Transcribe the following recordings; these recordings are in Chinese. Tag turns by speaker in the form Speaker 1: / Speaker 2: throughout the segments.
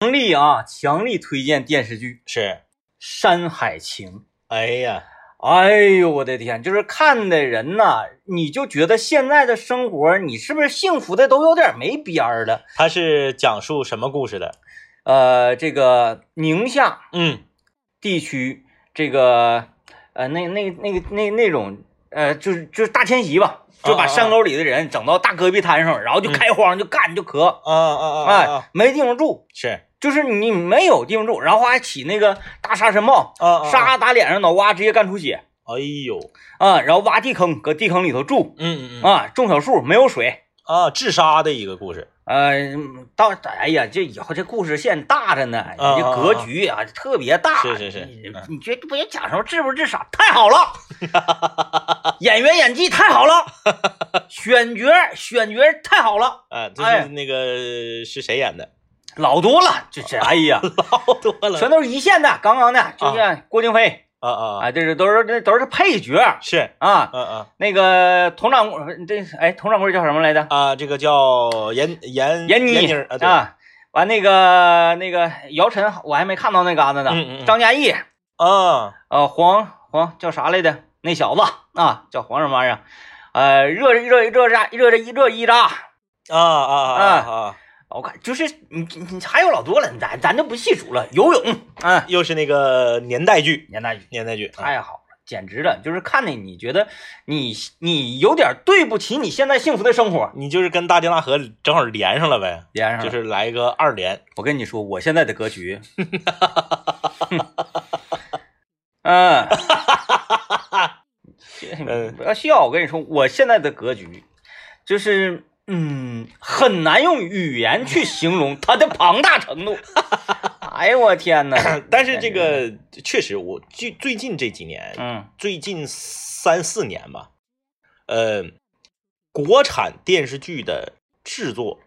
Speaker 1: 强力啊，强力推荐电视剧《
Speaker 2: 是，
Speaker 1: 山海情
Speaker 2: 哎呀，》。
Speaker 1: 哎呦，我的天，就是看的人呐、你就觉得现在的生活，你是不是幸福的都有点没边儿了？
Speaker 2: 他是讲述什么故事的？
Speaker 1: 呃，这个宁夏
Speaker 2: 嗯，
Speaker 1: 地区，这个呃，那那那个那那种呃，就是就是大迁徙吧，就把
Speaker 2: 啊啊啊
Speaker 1: 山沟里的人整到大戈壁滩上，然后就
Speaker 2: 嗯
Speaker 1: 开荒就干就咳，
Speaker 2: 啊啊啊啊
Speaker 1: 哎
Speaker 2: 啊，，
Speaker 1: 没地方住，
Speaker 2: 是，
Speaker 1: 就是你没有地方住，然后还起那个大沙尘暴，
Speaker 2: 啊啊，啊，
Speaker 1: 沙打脸上脑瓜直接干出血
Speaker 2: 哎呦，
Speaker 1: 啊，然后挖地坑，搁地坑里头住
Speaker 2: 嗯嗯嗯，
Speaker 1: 啊，种小树，没有水。
Speaker 2: 啊，自杀的一个故事，
Speaker 1: 呃，到哎呀，这以后这故事线大着呢，你这格局啊特别大。
Speaker 2: 啊是是是
Speaker 1: 你
Speaker 2: 嗯
Speaker 1: 你觉得不也讲什么治不治傻？太好了，演员演技太好 了，选角选角太好了，
Speaker 2: 啊，这
Speaker 1: 哎
Speaker 2: 是那个是谁演的？
Speaker 1: 老多了，这这哎呀，
Speaker 2: 老多了，
Speaker 1: 全都是一线的，杠杠的，就像郭京飞
Speaker 2: 啊啊，啊
Speaker 1: 啊，这是都是这都是配角
Speaker 2: 是，
Speaker 1: 啊。
Speaker 2: 嗯嗯
Speaker 1: 那个佟掌柜，这哎，佟掌柜叫什么来着？
Speaker 2: 啊，这个叫闫闫
Speaker 1: 闫妮
Speaker 2: 妮儿啊，对，
Speaker 1: 啊，完那个那个姚晨，我还没看到那嘎达呢。
Speaker 2: 嗯嗯嗯
Speaker 1: 张嘉译，
Speaker 2: 啊，
Speaker 1: 呃，黄黄叫啥来着？那小子啊，叫黄什么玩意儿？呃，热热热扎热热热一扎。
Speaker 2: 啊啊啊啊啊！
Speaker 1: 我看就是你你你还有老多了，咱咱就不细数了。游泳，啊，
Speaker 2: 又是那个年代剧，
Speaker 1: 严大宇
Speaker 2: 年代剧，啊
Speaker 1: 太好了，简直了！就是看的你觉得你你有点对不起你现在幸福的生活。
Speaker 2: 你就是跟大江大河正好连上了呗，
Speaker 1: 连上了
Speaker 2: 就是来一个二连，
Speaker 1: 我跟你说，我现在的格局， 嗯，
Speaker 2: 嗯
Speaker 1: 不要笑。我跟你说，我现在的格局就是，嗯，很难用语言去形容它的庞大程度。 哎呦我天哪！
Speaker 2: 但是这个确实，我最最近这几年，
Speaker 1: 嗯
Speaker 2: 最近三四年吧，呃，国产电视剧的制作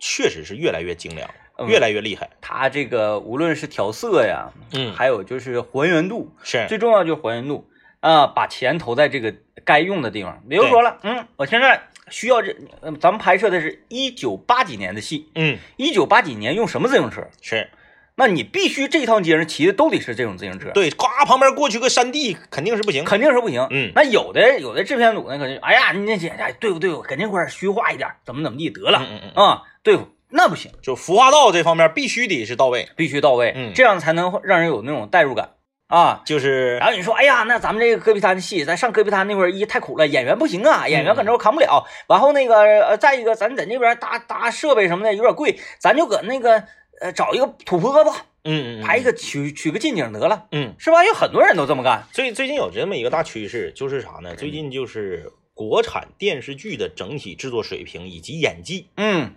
Speaker 2: 确实是越来越精良，
Speaker 1: 嗯
Speaker 2: 越来越厉害。
Speaker 1: 它这个无论是调色呀，
Speaker 2: 嗯，
Speaker 1: 还有就是还原度，
Speaker 2: 是
Speaker 1: 最重要就是还原度啊、把钱投在这个该用的地方。比如
Speaker 2: 对
Speaker 1: 说了，嗯，我现在需要这，呃咱们拍摄的是一九八几年的戏，
Speaker 2: 嗯
Speaker 1: 一九八几年用什么自行车？
Speaker 2: 是
Speaker 1: 那你必须这一趟街上骑的都得是这种自行车，
Speaker 2: 对，呱旁边过去个山地肯定是不行。
Speaker 1: 肯定是不行。
Speaker 2: 嗯
Speaker 1: 那有的有的制片组呢，可能哎呀，你那姐哎对付对付，给那块儿虚化一点，怎么怎么地得了啊、
Speaker 2: 嗯嗯
Speaker 1: 对付那不行，
Speaker 2: 就服化道这方面必须得是到位，
Speaker 1: 必须到位，
Speaker 2: 嗯
Speaker 1: 这样才能让人有那种代入感啊。
Speaker 2: 就是
Speaker 1: 然后你说，哎呀，那咱们这个戈壁滩的戏，咱上戈壁滩那会儿一太苦了，演员不行啊，演员搁那儿扛不了。然后那个呃，再一个，咱在那边搭搭设备什么的有点贵，咱就搁那个呃找一个土坡子
Speaker 2: 嗯嗯，嗯
Speaker 1: 拍一个取取个近景得了，
Speaker 2: 嗯。
Speaker 1: 是吧？有很多人都这么干。
Speaker 2: 最最近有这么一个大趋势，就是啥呢？最近就是国产电视剧的整体制作水平以及演技，
Speaker 1: 嗯，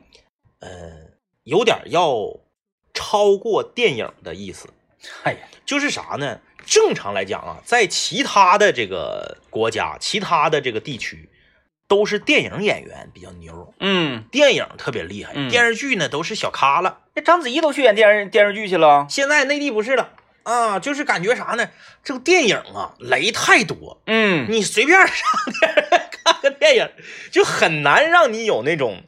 Speaker 2: 呃，有点要超过电影的意思。
Speaker 1: 哎呀，
Speaker 2: 就是啥呢？正常来讲啊，在其他的这个国家、其他的这个地区，都是电影演员比较牛，
Speaker 1: 嗯，
Speaker 2: 电影特别厉害，
Speaker 1: 嗯
Speaker 2: 电视剧呢都是小咖了。
Speaker 1: 那章子怡都去演电视电视剧去了。
Speaker 2: 现在内地不是了啊，就是感觉啥呢？这个电影啊，雷太多，
Speaker 1: 嗯，
Speaker 2: 你随便上电影院看个电影，就很难让你有那种，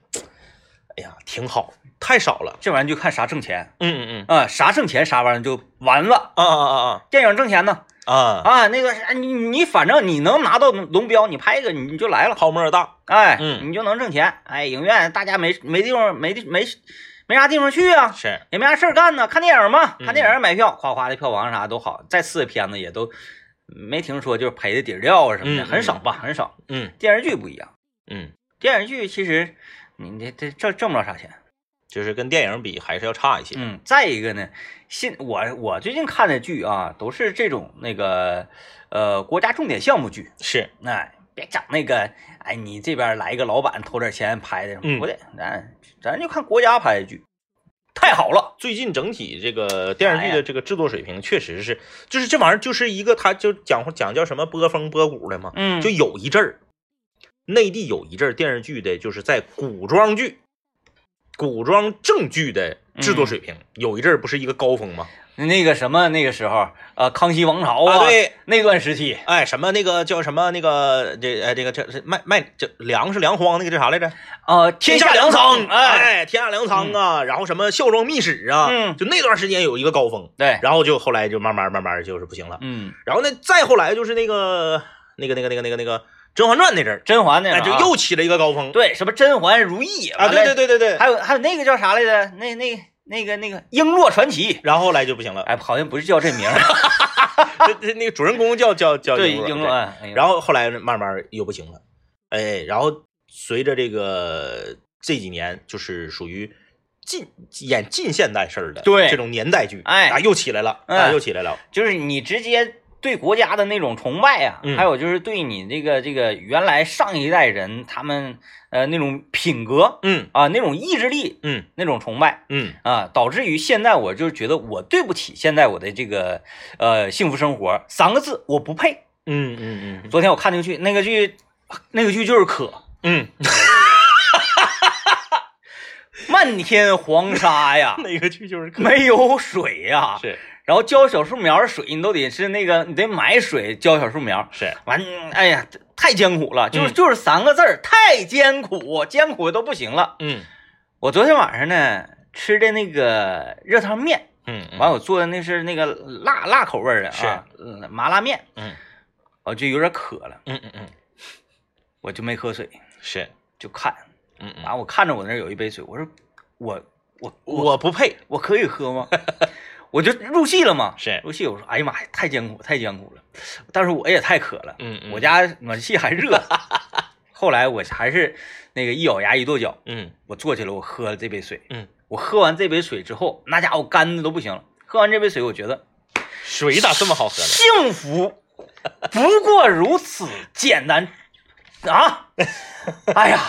Speaker 2: 哎呀，挺好，太少了。
Speaker 1: 这玩意儿就看啥挣钱
Speaker 2: 嗯嗯嗯，
Speaker 1: 啊、啥挣钱啥玩意儿就完了。
Speaker 2: 啊啊啊
Speaker 1: 电影挣钱呢
Speaker 2: 啊啊，
Speaker 1: 啊，那个啥你你反正你能拿到龙标，你拍一个你就来了。
Speaker 2: 泡沫大。
Speaker 1: 哎，
Speaker 2: 嗯
Speaker 1: 你就能挣钱。哎，影院大家没没地方没地没没啥地方去啊，
Speaker 2: 是，
Speaker 1: 也没啥事儿干呢，看电影嘛，
Speaker 2: 嗯
Speaker 1: 看电影买票，夸夸的票房啥都好。再次的片子也都没听说就是赔的底儿掉啊什么的，
Speaker 2: 嗯
Speaker 1: 很少吧，很少。
Speaker 2: 嗯
Speaker 1: 电视剧不一样，
Speaker 2: 嗯，
Speaker 1: 电视剧其实你这这挣挣不了啥钱。
Speaker 2: 就是跟电影比还是要差一些。
Speaker 1: 嗯，再一个呢，现我我最近看的剧啊，都是这种那个呃国家重点项目剧，
Speaker 2: 是，
Speaker 1: 哎，别整那个，哎，你这边来一个老板偷点钱拍的什么，
Speaker 2: 嗯
Speaker 1: 不对，咱咱就看国家拍的剧，太好了，
Speaker 2: 最近整体这个电视剧的这个制作水平确实是，就是这玩意儿就是一个，它就讲讲叫什么波峰波谷的嘛，
Speaker 1: 嗯
Speaker 2: 就
Speaker 1: 就
Speaker 2: 有一阵儿，内地有一阵儿电视剧的，就是在古装剧古装正剧的制作水平，有一阵儿不是一个高峰吗？
Speaker 1: 那个什么那个时候，呃，康熙王朝
Speaker 2: 啊对
Speaker 1: 那段时期，
Speaker 2: 哎，什么那个叫什么那个这哎这个这是卖卖这粮是粮荒那个叫啥来着？
Speaker 1: 呃，
Speaker 2: 下
Speaker 1: 下
Speaker 2: 粮仓，
Speaker 1: 哎，
Speaker 2: 哎，天下粮仓啊，然后什么孝庄秘史啊，
Speaker 1: 嗯
Speaker 2: 就那段时间有一个高峰，
Speaker 1: 对，
Speaker 2: 然后就后来就慢慢慢慢就是不行了，
Speaker 1: 嗯，
Speaker 2: 然后呢再后来就是那个那个那个那个那个那个《甄嬛传》那阵儿，
Speaker 1: 甄嬛那
Speaker 2: 哎，
Speaker 1: 个
Speaker 2: 就
Speaker 1: 啊
Speaker 2: 又起了一个高峰
Speaker 1: 对什么甄嬛、如意
Speaker 2: 啊，对对，对对
Speaker 1: 完
Speaker 2: 对
Speaker 1: 了，还有还有那个叫啥来着？那那那个那个璎珞传奇，
Speaker 2: 然后后来就不行了，
Speaker 1: 哎，好像不是叫这名儿，
Speaker 2: 这这那个主人公叫叫 叫
Speaker 1: 啊对，
Speaker 2: 珎
Speaker 1: 璎珞，
Speaker 2: 对
Speaker 1: 哎哎呀
Speaker 2: 然后后来慢慢又不行了，哎，然后随着这个这几年就是属于近演近现代事儿的，
Speaker 1: 对
Speaker 2: 这种年代剧，
Speaker 1: 哎
Speaker 2: 啊又起来了，啊
Speaker 1: 嗯
Speaker 2: 又起来了，
Speaker 1: 就是你直接对国家的那种崇拜啊，
Speaker 2: 嗯
Speaker 1: 还有就是对你这个这个原来上一代人他们呃那种品格
Speaker 2: 嗯
Speaker 1: 啊、那种意志力、
Speaker 2: 嗯
Speaker 1: 那种崇拜
Speaker 2: 嗯
Speaker 1: 啊、导致于现在我就是觉得我对不起现在我的这个呃幸福生活三个字，我不配。
Speaker 2: 嗯嗯嗯
Speaker 1: 昨天我看那个剧，那个剧那个剧就是渴，
Speaker 2: 嗯，
Speaker 1: 漫天黄沙呀
Speaker 2: ，那个剧就是可
Speaker 1: 没有水呀，
Speaker 2: 是
Speaker 1: 然后浇小树苗的水你都得是那个你得买水浇小树苗。
Speaker 2: 是，
Speaker 1: 完，哎呀，太艰苦了，
Speaker 2: 嗯
Speaker 1: 就是就是三个字儿，太艰苦，艰苦都不行了。
Speaker 2: 嗯
Speaker 1: 我昨天晚上呢吃的那个热汤面，
Speaker 2: 嗯嗯
Speaker 1: 完我做的那是那个辣辣口味儿的啊，嗯麻辣面，
Speaker 2: 嗯
Speaker 1: 我就有点渴了，
Speaker 2: 嗯嗯嗯
Speaker 1: 我就没喝水，
Speaker 2: 是，
Speaker 1: 就看，
Speaker 2: 嗯嗯，
Speaker 1: 完我看着我那儿有一杯水，我说我我我
Speaker 2: 我不配，
Speaker 1: 我可以喝吗？ 我就入戏了嘛，
Speaker 2: 是
Speaker 1: 入戏，我说哎呀妈呀，太艰苦，太艰苦了，但是我也太渴了，
Speaker 2: 嗯嗯
Speaker 1: 我家暖气还热。 后来我还是那个一咬牙一跺脚，
Speaker 2: 嗯
Speaker 1: 我坐起来，我喝了这杯水。
Speaker 2: 嗯，
Speaker 1: 我喝完这杯水之后，那家伙干的都不行了。喝完这杯水，我觉得
Speaker 2: 水咋这么好喝呢？
Speaker 1: 幸福不过如此简单啊！哎呀，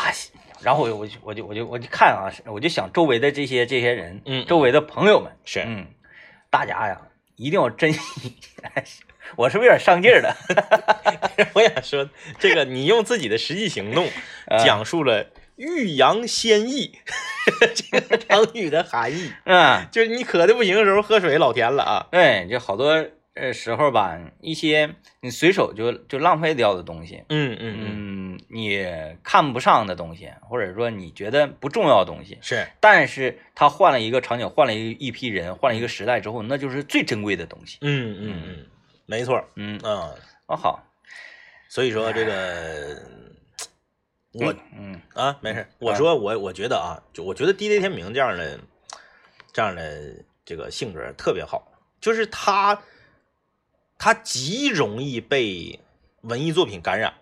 Speaker 1: 然后我就我就我就我就我就看啊，我就想周围的这些这些人，
Speaker 2: 嗯嗯
Speaker 1: 周围的朋友们，
Speaker 2: 是
Speaker 1: 嗯，大家呀一定要珍惜。哎我是不是有点上劲儿了？
Speaker 2: 我想说，这个你用自己的实际行 动
Speaker 1: 呃
Speaker 2: 讲述了“欲扬先抑” 这个成语的含义，
Speaker 1: 嗯，
Speaker 2: 就是你渴的不行的时候喝水老甜了啊。
Speaker 1: 对，就好多呃时候吧，一些你随手就就浪费掉的东西，
Speaker 2: 嗯嗯嗯，
Speaker 1: 嗯，你看不上的东西，或者说你觉得不重要的东西，
Speaker 2: 是
Speaker 1: 但是它换了一个场景，换了一一批人，换了一个时代之后，那就是最珍贵的东西。
Speaker 2: 嗯嗯嗯，没错儿
Speaker 1: 嗯，
Speaker 2: 啊。
Speaker 1: 哦好，
Speaker 2: 所以说这个我
Speaker 1: 嗯
Speaker 2: 啊，没事儿，我说我我觉得啊，就我觉得 DJ 天明这样的这样的这个性格特别好，就是他他极容易被文艺作品感染。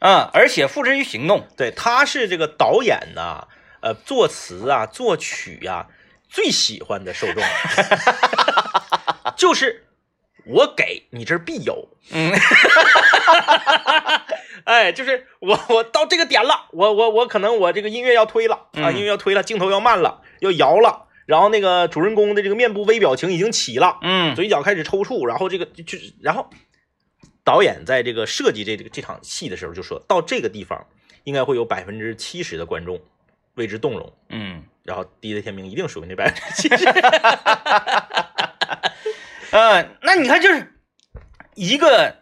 Speaker 1: 嗯，而且付之于行动。
Speaker 2: 对，他是这个导演呐、呃，作词啊，作曲呀、最喜欢的受众， 就是我给你这儿必有，
Speaker 1: 嗯，
Speaker 2: 哎，就是我我到这个点了，我我我可能我这个音乐要推了啊，
Speaker 1: 嗯
Speaker 2: 音乐要推了，镜头要慢了，要摇了，然后那个主人公的这个面部微表情已经起了，
Speaker 1: 嗯，
Speaker 2: 嘴角开始抽搐，然后这个就就是然后导演在这个设计这这个这场戏的时候就说到这个地方应该会有百分之七十的观众为之动容，
Speaker 1: 嗯，
Speaker 2: 然后《地雷天明》一定属于那百分之七十。
Speaker 1: 呃，那你看，就是一个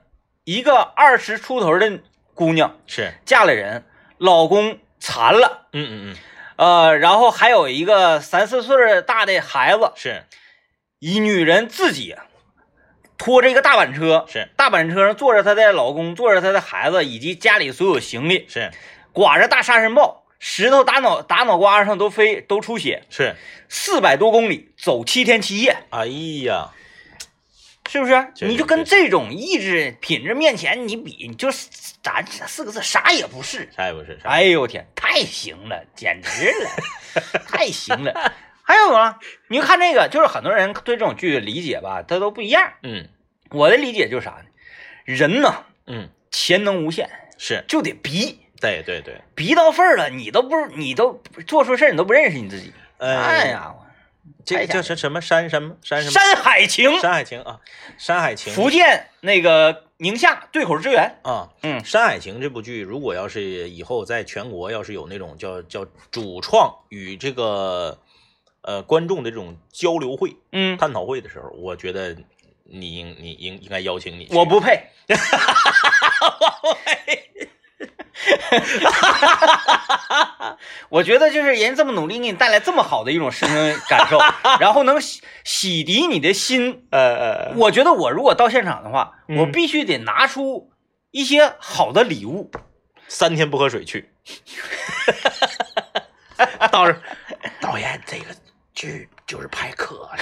Speaker 1: 一个二十出头的姑娘
Speaker 2: 是，
Speaker 1: 嫁了人，老公残了，
Speaker 2: 嗯嗯嗯，
Speaker 1: 呃，然后还有一个三四岁大的孩子，
Speaker 2: 是
Speaker 1: 以女人自己拖着一个大板车，
Speaker 2: 是
Speaker 1: 大板车上坐着她的老公，坐着她的孩子以及家里所有行李，
Speaker 2: 是
Speaker 1: 刮着大沙尘暴，石头打脑打脑瓜上都飞都出血，
Speaker 2: 是，
Speaker 1: 四百多公里走七天七夜，
Speaker 2: 哎呀，
Speaker 1: 是不是？
Speaker 2: 确实
Speaker 1: 你就跟这种意志品质面前你比，你就是咱这四个字啥也不是。
Speaker 2: 啥也不是，啥
Speaker 1: 哎呦我天，太行了，简直了，太行了。 还有啊，你就看这个，就是很多人对这种剧的理解吧，他都不一样。
Speaker 2: 嗯
Speaker 1: 我的理解就是啥呢？人呐，
Speaker 2: 嗯
Speaker 1: 潜能无限，
Speaker 2: 是，
Speaker 1: 就得逼，
Speaker 2: 对对对，
Speaker 1: 逼到份儿了，你都不，你都做出事儿，你都不认识你自己。哎，呀，
Speaker 2: 这
Speaker 1: 哎
Speaker 2: 个
Speaker 1: 呀
Speaker 2: 叫什什么山什么山什么
Speaker 1: 山海情，
Speaker 2: 山海情啊，山海情，
Speaker 1: 福建那个宁夏对口支援，
Speaker 2: 啊，
Speaker 1: 嗯
Speaker 2: 《山海情》这部剧，如果要是以后在全国要是有那种叫叫主创与这个呃观众的这种交流会、
Speaker 1: 嗯，
Speaker 2: 探讨会的时候，我觉得你应你应应该邀请你去。
Speaker 1: 我不配， 我觉得就是人家这么努力，给你带来这么好的一种视听感受，然后能洗洗涤你的心。
Speaker 2: 呃呃
Speaker 1: 我觉得我如果到现场的话，
Speaker 2: 嗯
Speaker 1: 我必须得拿出一些好的礼物。
Speaker 2: 三天不喝水去。 到时候导演这个剧就是拍磕了。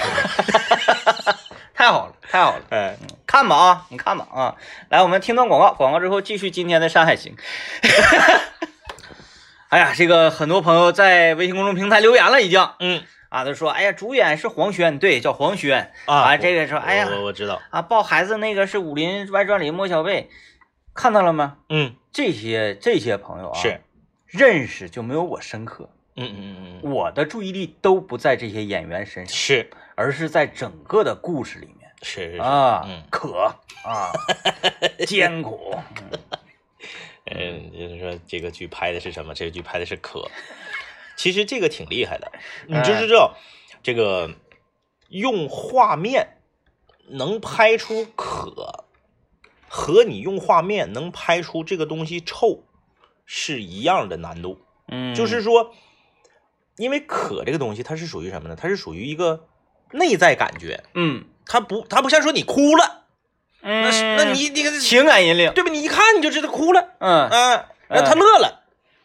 Speaker 1: 太好了，太好了，
Speaker 2: 哎，
Speaker 1: 看吧啊，你看吧啊。来，我们听段广告，广告之后继续今天的《山海情》。 哎呀，这个很多朋友在微信公众平台留言了，已经
Speaker 2: 嗯
Speaker 1: 啊，都说哎呀，主演是黄轩，对，叫黄轩
Speaker 2: 啊，
Speaker 1: 这个说
Speaker 2: 我
Speaker 1: 哎呀
Speaker 2: 我我知道，
Speaker 1: 啊，抱孩子那个是《武林外传》里莫小贝，看到了吗？
Speaker 2: 嗯
Speaker 1: 这些这些朋友啊，
Speaker 2: 是，
Speaker 1: 认识就没有我深刻，
Speaker 2: 嗯嗯嗯嗯
Speaker 1: 我的注意力都不在这些演员身上，
Speaker 2: 是
Speaker 1: 而是在整个的故事里面
Speaker 2: 是是是
Speaker 1: 啊，
Speaker 2: 嗯
Speaker 1: 渴 啊，艰苦，
Speaker 2: 嗯，就是说这个剧拍的是什么？这个剧拍的是壳， 其实这个挺厉害的，你就
Speaker 1: 哎
Speaker 2: 是知道、这个用画面能拍出可，和你用画面能拍出这个东西臭是一样的难度。
Speaker 1: 嗯，
Speaker 2: 就是说，因为可这个东西它是属于什么呢？它是属于一个内在感觉，
Speaker 1: 嗯
Speaker 2: 它不它不像说你哭了，
Speaker 1: 嗯，
Speaker 2: 那是那你这个
Speaker 1: 情感引领，
Speaker 2: 对吧？你一看你就知道哭了。
Speaker 1: 嗯
Speaker 2: 嗯，然后他乐了，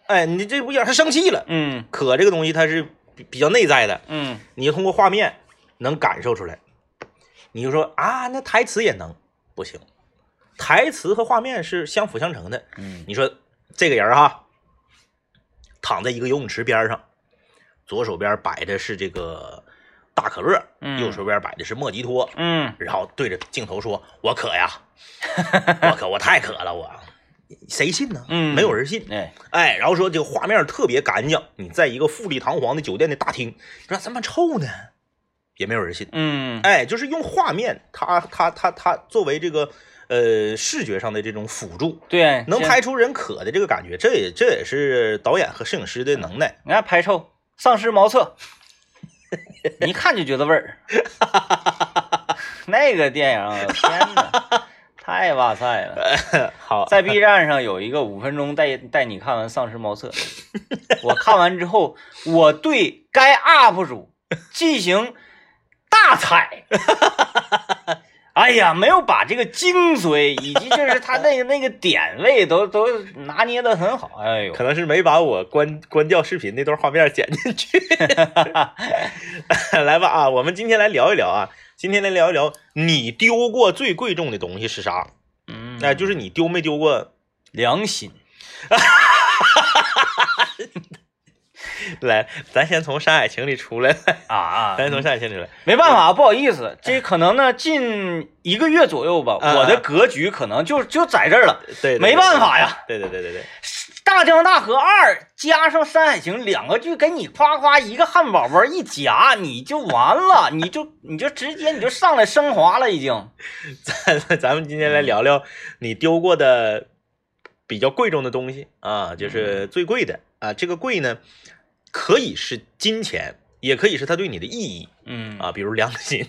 Speaker 2: 哎，你这不一样，他生气了。
Speaker 1: 嗯
Speaker 2: 可这个东西它是比比较内在的，
Speaker 1: 嗯
Speaker 2: 你通过画面能感受出来。你就说啊，那台词也能不行，台词和画面是相辅相成的。
Speaker 1: 嗯
Speaker 2: 你说这个人哈，躺在一个游泳池边上，左手边摆的是这个大可乐，
Speaker 1: 嗯
Speaker 2: 右手边摆的是莫吉托，
Speaker 1: 嗯
Speaker 2: 然后对着镜头说：“我渴呀，我渴，我太渴了，我谁信呢？
Speaker 1: 嗯
Speaker 2: 没有人信。
Speaker 1: 哎
Speaker 2: 哎，然后说这个画面特别干净，你在一个富丽堂皇的酒店的大厅，说这么臭呢，也没有人信。
Speaker 1: 嗯
Speaker 2: 哎，就是用画面，它它它它作为这个呃视觉上的这种辅助，
Speaker 1: 对，
Speaker 2: 能
Speaker 1: 这
Speaker 2: 拍出人渴的这个感觉，这也这也是导演和摄影师的能耐。
Speaker 1: 你看排臭，丧尸茅厕，一看就觉得味 儿。那个电影，我天哪，太哇塞了！
Speaker 2: 好，
Speaker 1: 在 B 站上有一个五分钟带带你看完《丧尸茅厕》， 我看完之后，我对该 UP 主进行大 踩。哎呀，没有把这个精髓以及就是他那个那个点位都都拿捏的很好，哎呦，
Speaker 2: 可能是没把我关关掉视频那段画面剪进去。 来吧啊，我们今天来聊一聊啊，今天来聊一聊你丢过最贵重的东西是啥？
Speaker 1: 嗯，
Speaker 2: 哎、就是你丢没丢过？
Speaker 1: 良心。
Speaker 2: 来，咱先从山海情里出来，
Speaker 1: 啊啊！
Speaker 2: 咱先从山海情里出来。
Speaker 1: 没办法，不好意思，这可能呢，近一个月左右吧，
Speaker 2: 啊
Speaker 1: 我的格局可能就就在这儿了。
Speaker 2: 对，对
Speaker 1: 没办法呀。
Speaker 2: 对对对对对对，
Speaker 1: 《大江大河二》加上《山海情》两个剧，给你夸夸一个汉堡包一夹，你就完了，你就你就直接你就上来升华了，已经。
Speaker 2: 咱咱们今天来聊聊你丢过的比较贵重的东西啊，就是最贵的啊。这个贵呢，可以是金钱，也可以是它对你的意义
Speaker 1: 嗯，
Speaker 2: 啊，比如良心。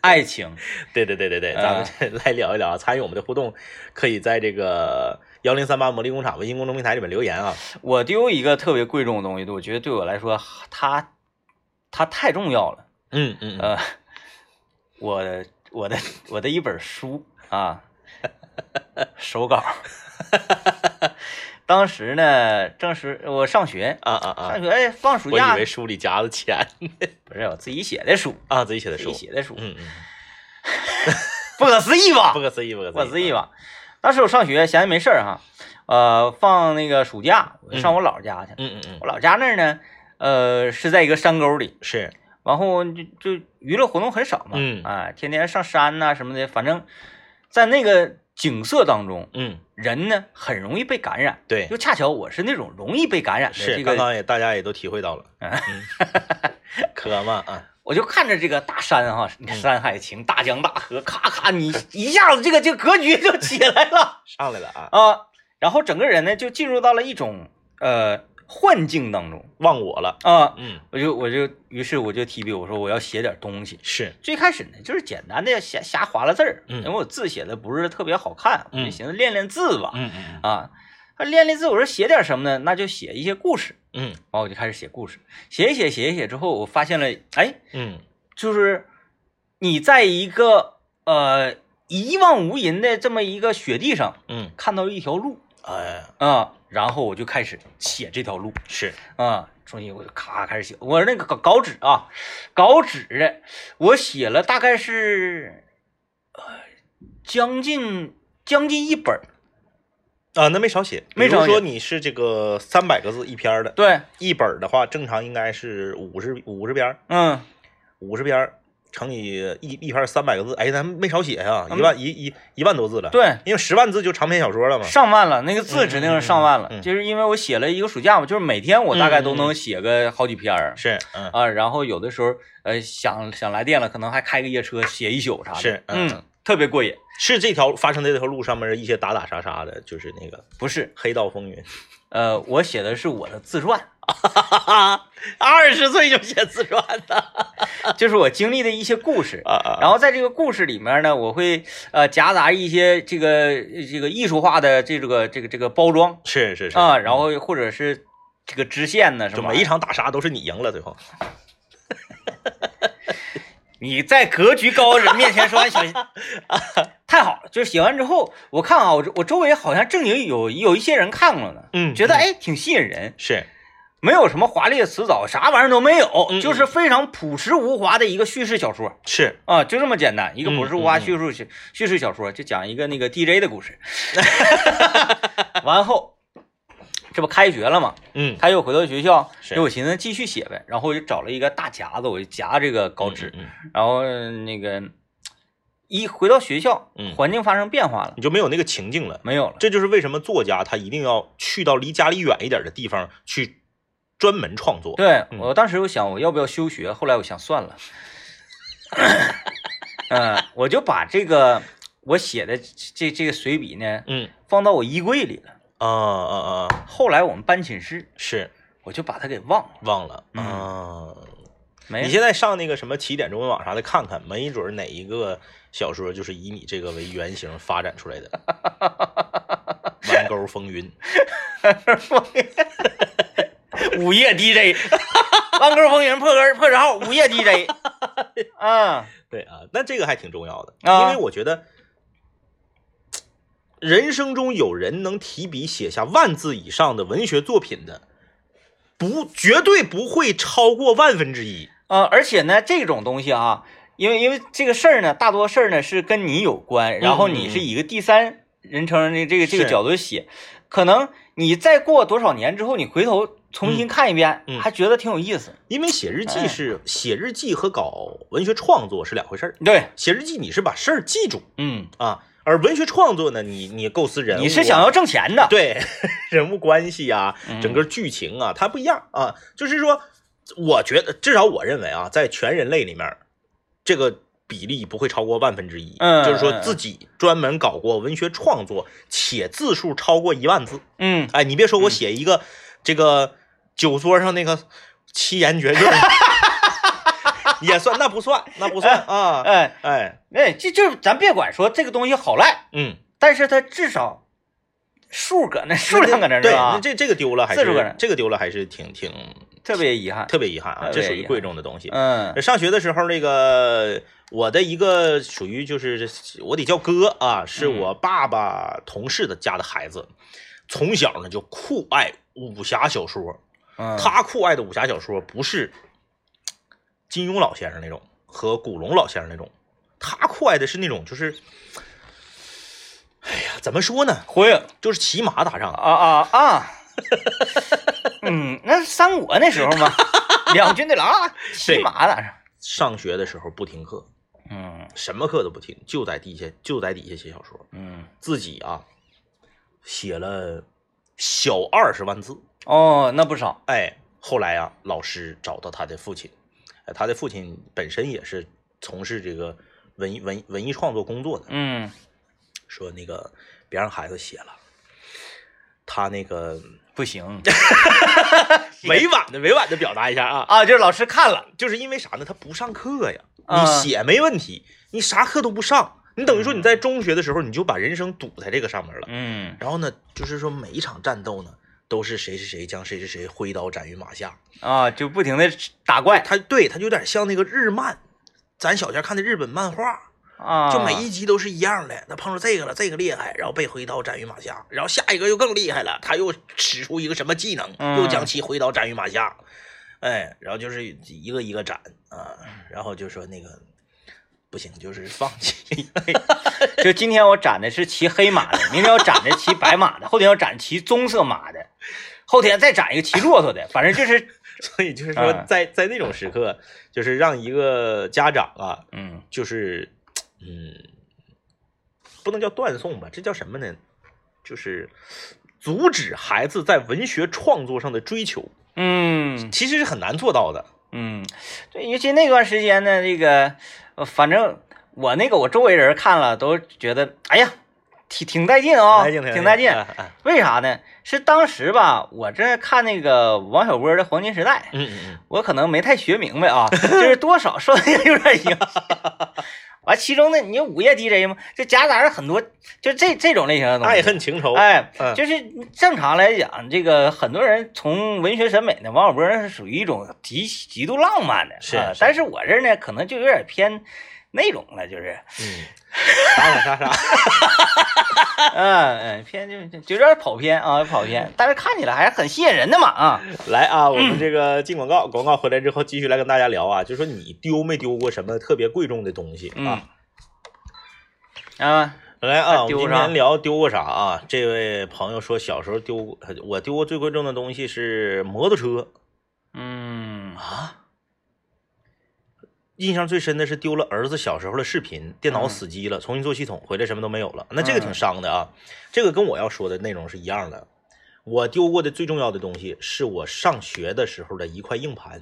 Speaker 1: 爱情，
Speaker 2: 对对对对对，
Speaker 1: 啊
Speaker 2: 咱们 来聊一聊啊，参与我们的互动，可以在这个幺零三八魔力工厂微信公众平台里面留言啊。
Speaker 1: 我丢一个特别贵重的东西，我觉得对我来说，它它太重要了。
Speaker 2: 嗯嗯，嗯
Speaker 1: 呃，我的我的我的一本书 啊，手稿。当时呢，正是我上学，
Speaker 2: 啊啊啊
Speaker 1: 上！学哎放暑
Speaker 2: 我
Speaker 1: 假
Speaker 2: 以为书里夹着钱
Speaker 1: 不是我自己写的书，
Speaker 2: 啊，自己写的
Speaker 1: 自
Speaker 2: 书
Speaker 1: 己。写的书，
Speaker 2: 嗯嗯，
Speaker 1: 不可思议吧
Speaker 2: 不？可思议，不嗯可
Speaker 1: 不可思议
Speaker 2: 吧？
Speaker 1: 吧？当时我上学闲着没事儿哈，呃，放那个暑假我就上
Speaker 2: 嗯
Speaker 1: 我姥儿家去，
Speaker 2: 嗯嗯嗯，
Speaker 1: 我姥儿家那儿呢，呃，是在一个山沟里，
Speaker 2: 是，
Speaker 1: 然后就就娱乐活动很少嘛，
Speaker 2: 嗯
Speaker 1: 啊，天天上山呐、什么的，反正，在那个景色当中，
Speaker 2: 嗯，
Speaker 1: 人呢很容易被感染，
Speaker 2: 对
Speaker 1: 就，恰巧我是那种容易被感染的
Speaker 2: 是，
Speaker 1: 这
Speaker 2: 刚
Speaker 1: 个，
Speaker 2: 刚也大家也都体会到了。嗯，可嘛啊，
Speaker 1: 我就看着这个大山哈、
Speaker 2: 嗯
Speaker 1: 山海情、大江大河，咔咔，你一下子这个这个格局就起来了
Speaker 2: 上来了啊，
Speaker 1: 啊，然后整个人呢就进入到了一种呃幻境当中
Speaker 2: 忘我了，
Speaker 1: 啊，
Speaker 2: 嗯，
Speaker 1: 我就我就于是我就提笔我说我要写点东西，
Speaker 2: 是，
Speaker 1: 最开始呢，就是简单的瞎瞎划拉字儿，
Speaker 2: 嗯
Speaker 1: 因为我字写的不是特别好看，我就
Speaker 2: 嗯
Speaker 1: 寻思练练字吧。
Speaker 2: 嗯嗯
Speaker 1: 啊，练练字，我说写点什么呢？那就写一些故事。
Speaker 2: 嗯
Speaker 1: 完，我就开始写故事，写一写，写一写之后，我发现了，哎，
Speaker 2: 嗯
Speaker 1: 就是你在一个呃一望无垠的这么一个雪地上
Speaker 2: 嗯，
Speaker 1: 看到一条路
Speaker 2: 哎，
Speaker 1: 啊，然后我就开始写这条路。
Speaker 2: 是，
Speaker 1: 啊，重新我就咔开始写，我那个稿稿纸啊，稿纸的，我写了大概是，呃，将近将近一本儿，
Speaker 2: 啊，那没少写，
Speaker 1: 没
Speaker 2: 比如
Speaker 1: 少写
Speaker 2: 说你是这个三百个字一篇儿的，
Speaker 1: 对，
Speaker 2: 一本儿的话，正常应该是五十五十篇儿，
Speaker 1: 嗯，
Speaker 2: 五十篇儿乘以一一篇三百个字，哎，咱没少写呀、
Speaker 1: 嗯
Speaker 2: 一万一一一万多字了，，
Speaker 1: 对，
Speaker 2: 因为十万字就长篇小说了嘛，
Speaker 1: 上万了，那个字指定是上万了，
Speaker 2: 嗯嗯嗯嗯
Speaker 1: 就是因为我写了一个暑假嘛，就是每天我大概都能写个好几篇儿、
Speaker 2: 是，嗯，
Speaker 1: 啊，然后有的时候呃想想来电了，可能还开个夜车写一宿啥的，
Speaker 2: 是嗯
Speaker 1: 嗯，特别过瘾，
Speaker 2: 是这条发生在这条路上面的一些打打杀杀的，就是那个
Speaker 1: 不是，
Speaker 2: 黑道风云，
Speaker 1: 呃，我写的是我的自传。
Speaker 2: 哈哈，二十岁就写自传的，
Speaker 1: 就是我经历的一些故事
Speaker 2: 啊啊啊
Speaker 1: 然后在这个故事里面呢，我会呃夹杂一些这个这个艺术化的这个这个这个包装
Speaker 2: 是是是
Speaker 1: 啊，然后或者是这个支线呢什
Speaker 2: 就
Speaker 1: 么，
Speaker 2: 每一场打杀都是你赢了，最后
Speaker 1: 你在格局高的人面前说完小心， 太好了，就是写完之后，我看啊，我这我周围好像正经有有一些人看过呢，
Speaker 2: 嗯
Speaker 1: 觉得
Speaker 2: 嗯
Speaker 1: 哎挺吸引人，
Speaker 2: 是，
Speaker 1: 没有什么华丽的辞藻，啥玩意儿都没有，
Speaker 2: 嗯嗯
Speaker 1: 就是非常朴实无华的一个叙事小说。
Speaker 2: 是
Speaker 1: 啊，就这么简单，一个
Speaker 2: 嗯
Speaker 1: 不是花
Speaker 2: 嗯嗯
Speaker 1: 叙述小叙事小说，就讲一个那个 DJ 的故事。 完后，这不开学了嘛，
Speaker 2: 嗯，
Speaker 1: 他又回到学校，
Speaker 2: 是
Speaker 1: 就我寻思继续写呗，然后我就找了一个大夹子，我就夹这个稿纸，
Speaker 2: 嗯，嗯
Speaker 1: 然后那个一回到学校，
Speaker 2: 嗯
Speaker 1: 环境发生变化了，
Speaker 2: 你就没有那个情境了。
Speaker 1: 没有了，
Speaker 2: 这就是为什么作家他一定要去到离家里远一点的地方去专门创作。
Speaker 1: 对
Speaker 2: 嗯
Speaker 1: 我当时我想我要不要休学，后来我想算了， 嗯、我就把这个我写的这这个随笔呢
Speaker 2: 嗯
Speaker 1: 放到我衣柜里了。
Speaker 2: 啊啊啊，
Speaker 1: 后来我们搬寝室，
Speaker 2: 是
Speaker 1: 我就把它给忘了，
Speaker 2: 忘了
Speaker 1: 嗯哎
Speaker 2: 啊。
Speaker 1: 没
Speaker 2: 你现在上那个什么起点中文网啥的看看，没准哪一个小说就是以你这个为原型发展出来的。弯钩风云，
Speaker 1: 午夜 DJ，万沟风云破根破折号午夜 DJ，嗯
Speaker 2: 对啊，但这个还挺重要的，
Speaker 1: 啊
Speaker 2: 因为我觉得人生中有人能提笔写下万字以上的文学作品的，不绝对不会超过万分之一。
Speaker 1: 啊，而且呢，这种东西啊，因为因为这个事儿呢，大多事儿呢是跟你有关，然后你是以一个第三人称的这个这个
Speaker 2: 嗯是
Speaker 1: 角度写，可能你再过多少年之后，你回头重新看一遍，
Speaker 2: 嗯嗯
Speaker 1: 还觉得挺有意思。
Speaker 2: 因为写
Speaker 1: 哎
Speaker 2: 日记是写日记和搞文学创作是两回事儿。
Speaker 1: 对，
Speaker 2: 写日记你是把事儿记住
Speaker 1: 嗯，
Speaker 2: 啊，而文学创作呢，你你构思人物啊，
Speaker 1: 你是想要挣钱的，
Speaker 2: 对人物关系啊
Speaker 1: 嗯，
Speaker 2: 整个剧情啊，它不一样啊。就是说，我觉得至少我认为啊，在全人类里面，这个比例不会超过万分之一。
Speaker 1: 嗯
Speaker 2: 就是
Speaker 1: 嗯
Speaker 2: 说
Speaker 1: 嗯
Speaker 2: 自己专门搞过文学创作，且字数超过一万字。
Speaker 1: 嗯，
Speaker 2: 哎，你别说我写一个这个酒桌上那个七言绝句儿， 也算那不算，那不算啊。
Speaker 1: 哎，
Speaker 2: 哎，
Speaker 1: 那这就是咱别管说这个东西好赖。
Speaker 2: 嗯，
Speaker 1: 但是它至少数搁那数量搁那儿
Speaker 2: 对，
Speaker 1: 是
Speaker 2: 那
Speaker 1: 吧？
Speaker 2: 这这个丢了还
Speaker 1: 字数个
Speaker 2: 是
Speaker 1: 人
Speaker 2: 这个丢了还是挺挺
Speaker 1: 特别遗憾。
Speaker 2: 特别遗憾啊，
Speaker 1: 特
Speaker 2: 这
Speaker 1: 别
Speaker 2: 属
Speaker 1: 遗
Speaker 2: 于
Speaker 1: 憾
Speaker 2: 贵重的东西。
Speaker 1: 嗯
Speaker 2: 上学的时候，那个我的一个属于就是我得叫哥啊，是
Speaker 1: 嗯
Speaker 2: 我爸爸同事的家的孩子，从小呢就酷爱武侠小说。
Speaker 1: 嗯，
Speaker 2: 他酷爱的武侠小说不是金庸老先生那种和古龙老先生那种，他酷爱的是那种就是，哎呀，怎么说呢，
Speaker 1: 火影
Speaker 2: 就是骑马打仗。
Speaker 1: 啊啊 啊！嗯，那是三国那时候 嘛，两军对狼啊，骑马打仗。
Speaker 2: 上学的时候不听课，
Speaker 1: 嗯
Speaker 2: 什么课都不听，就在地下就在底下写小说。
Speaker 1: 嗯，
Speaker 2: 自己啊写了小二十万字。
Speaker 1: 哦，那不少。
Speaker 2: 哎，后来啊，老师找到他的父亲，呃他的父亲本身也是从事这个文艺文艺文艺创作工作的，
Speaker 1: 嗯
Speaker 2: 说那个别让孩子写了，他那个
Speaker 1: 不 行
Speaker 2: 委婉的委婉的表达一下啊，
Speaker 1: 啊，就是老师看了，
Speaker 2: 就是因为啥呢？他不上课呀，
Speaker 1: 啊
Speaker 2: 你写没问题，你啥课都不上，你等于说你在中学的时候你就把人生堵在这个上面了。
Speaker 1: 嗯
Speaker 2: 然后呢，就是说每一场战斗呢，都是谁是谁将谁是谁挥刀斩于马下。
Speaker 1: 啊，就不停的打怪
Speaker 2: 他对他有点像那个日漫，咱小前看的日本漫画，
Speaker 1: 啊，
Speaker 2: 就每一集都是一样的。那碰上这个了，这个厉害，然后被挥刀斩于马下，然后下一个又更厉害了，他又使出一个什么技能，
Speaker 1: 嗯
Speaker 2: 又将其挥刀斩于马下。哎，然后就是一个一个斩啊，然后就说那个不行，就是放弃。
Speaker 1: 就今天我斩的是骑黑马 的，明天我斩的骑白马的，后天我斩骑棕色马的，后天再斩一个骑骆驼的，反正就是
Speaker 2: 所以就是
Speaker 1: 嗯
Speaker 2: 说在，在那种时刻，就是让一个家长啊，
Speaker 1: 嗯
Speaker 2: 就是，嗯，不能叫断送吧，这叫什么呢？就是阻止孩子在文学创作上的追求，
Speaker 1: 嗯
Speaker 2: 其实是很难做到的。
Speaker 1: 嗯，对，尤其那段时间呢，这个呃反正我那个我周围人看了都觉得，哎呀，挺挺带劲啊、
Speaker 2: 劲，
Speaker 1: 挺带劲。
Speaker 2: 哎哎
Speaker 1: 为啥呢？是当时吧，我这看那个王小波的《黄金时代》，
Speaker 2: 嗯嗯
Speaker 1: 我可能没太学明白 啊，就是多少受那个有点影 响。完，其中呢，你就午夜 DJ 嘛，就夹杂着很多，就这这种类型的
Speaker 2: 嗯，
Speaker 1: 东西。
Speaker 2: 爱恨情仇，
Speaker 1: 哎，
Speaker 2: 嗯
Speaker 1: 就是正常来讲，这个很多人从文学审美呢，王小波是属于一种极极度浪漫的，
Speaker 2: 是
Speaker 1: 啊
Speaker 2: 是
Speaker 1: 但是我这儿呢，可能就有点偏那种了， 就是，
Speaker 2: 嗯，打打杀杀，
Speaker 1: 嗯嗯，偏就就就有点跑偏啊，跑
Speaker 2: 嗯
Speaker 1: 偏，但是看起来还是很吸引人的嘛啊，
Speaker 2: 来啊！我们这个进广告，广告回来之后继续来跟大家聊啊，就说你丢没丢过什么特别贵重的东西啊？
Speaker 1: 嗯，啊，
Speaker 2: 来啊，
Speaker 1: 还
Speaker 2: 我
Speaker 1: 丢
Speaker 2: 们今
Speaker 1: 啥
Speaker 2: 天聊丢过啥啊？这位朋友说小时候丢过，我丢过最贵重的东西是摩托车
Speaker 1: 嗯
Speaker 2: 啊。印象最深的是丢了儿子小时候的视频，电脑死机了，重新做系统，回来什么都没有了。那这个挺伤的啊，这个跟我要说的内容是一样的。我丢过的最重要的东西是我上学的时候的一块硬盘。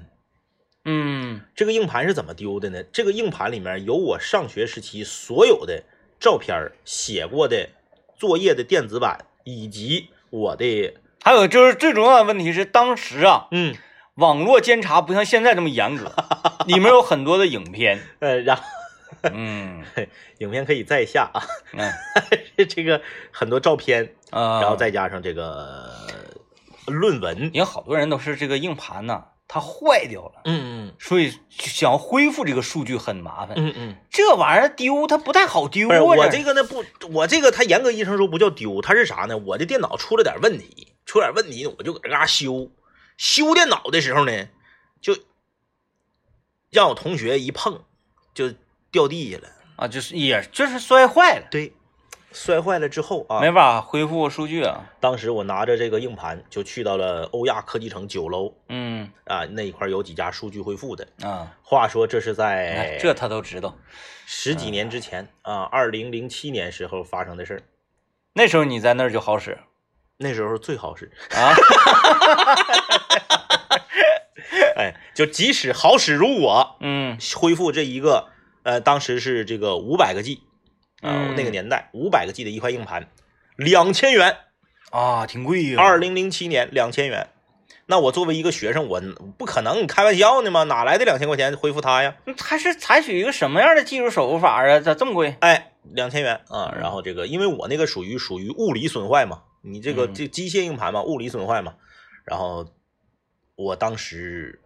Speaker 1: 嗯
Speaker 2: 这个硬盘是怎么丢的呢？这个硬盘里面有我上学时期所有的照片儿、写过的作业的电子版，以及我的
Speaker 1: 还有就是最重要的问题是，当时啊，
Speaker 2: 嗯
Speaker 1: 网络监察不像现在这么严格，里面有很多的影片。
Speaker 2: 呃，然后
Speaker 1: 嗯
Speaker 2: 影片可以再下啊，
Speaker 1: 嗯
Speaker 2: 这个很多照片，
Speaker 1: 啊，
Speaker 2: 然后再加上这个论文，
Speaker 1: 有好多人都是这个硬盘呐、它坏掉了，
Speaker 2: 嗯
Speaker 1: 所以想要恢复这个数据很麻烦。
Speaker 2: 嗯嗯嗯，
Speaker 1: 这玩意儿丢它不太好丢
Speaker 2: 不
Speaker 1: 啊，
Speaker 2: 是我
Speaker 1: 这
Speaker 2: 这个呢不，我这个它严格意义上说不叫丢，它是啥呢？我的电脑出了点问题，出点问题呢，我就搁这嘎修，修电脑的时候呢，就让我同学一碰就掉地下了，
Speaker 1: 啊，就是也就是摔坏了，
Speaker 2: 对，摔坏了之后啊，
Speaker 1: 没法恢复数据啊。
Speaker 2: 当时我拿着这个硬盘就去到了欧亚科技城九楼
Speaker 1: 嗯
Speaker 2: 啊，那一块儿有几家数据恢复的。
Speaker 1: 啊，
Speaker 2: 话说这是
Speaker 1: 哎
Speaker 2: 在
Speaker 1: 这他都知道。
Speaker 2: 十几年之前啊，二零零七年时候发生的事儿，
Speaker 1: 那时候你在那儿就好使
Speaker 2: 那时候最好使。
Speaker 1: 啊。
Speaker 2: 哎，就即使好使如我，
Speaker 1: 嗯
Speaker 2: 恢复这一个，呃，当时是这个五百个 G，啊、
Speaker 1: 嗯
Speaker 2: 那个年代五百个 G 的一块硬盘，两千元，
Speaker 1: 啊，挺贵呀、
Speaker 2: 二零零七年两千元。那我作为一个学生，我不可能，你开玩笑呢吗？哪来的两千块钱恢复它呀？
Speaker 1: 它嗯是采取一个什么样的技术手法啊？咋这么贵？
Speaker 2: 哎，两千元啊，
Speaker 1: 嗯
Speaker 2: 然后这个，因为我那个属于属于物理损坏嘛，你这个
Speaker 1: 嗯
Speaker 2: 这机械硬盘嘛，物理损坏嘛，然后我当时，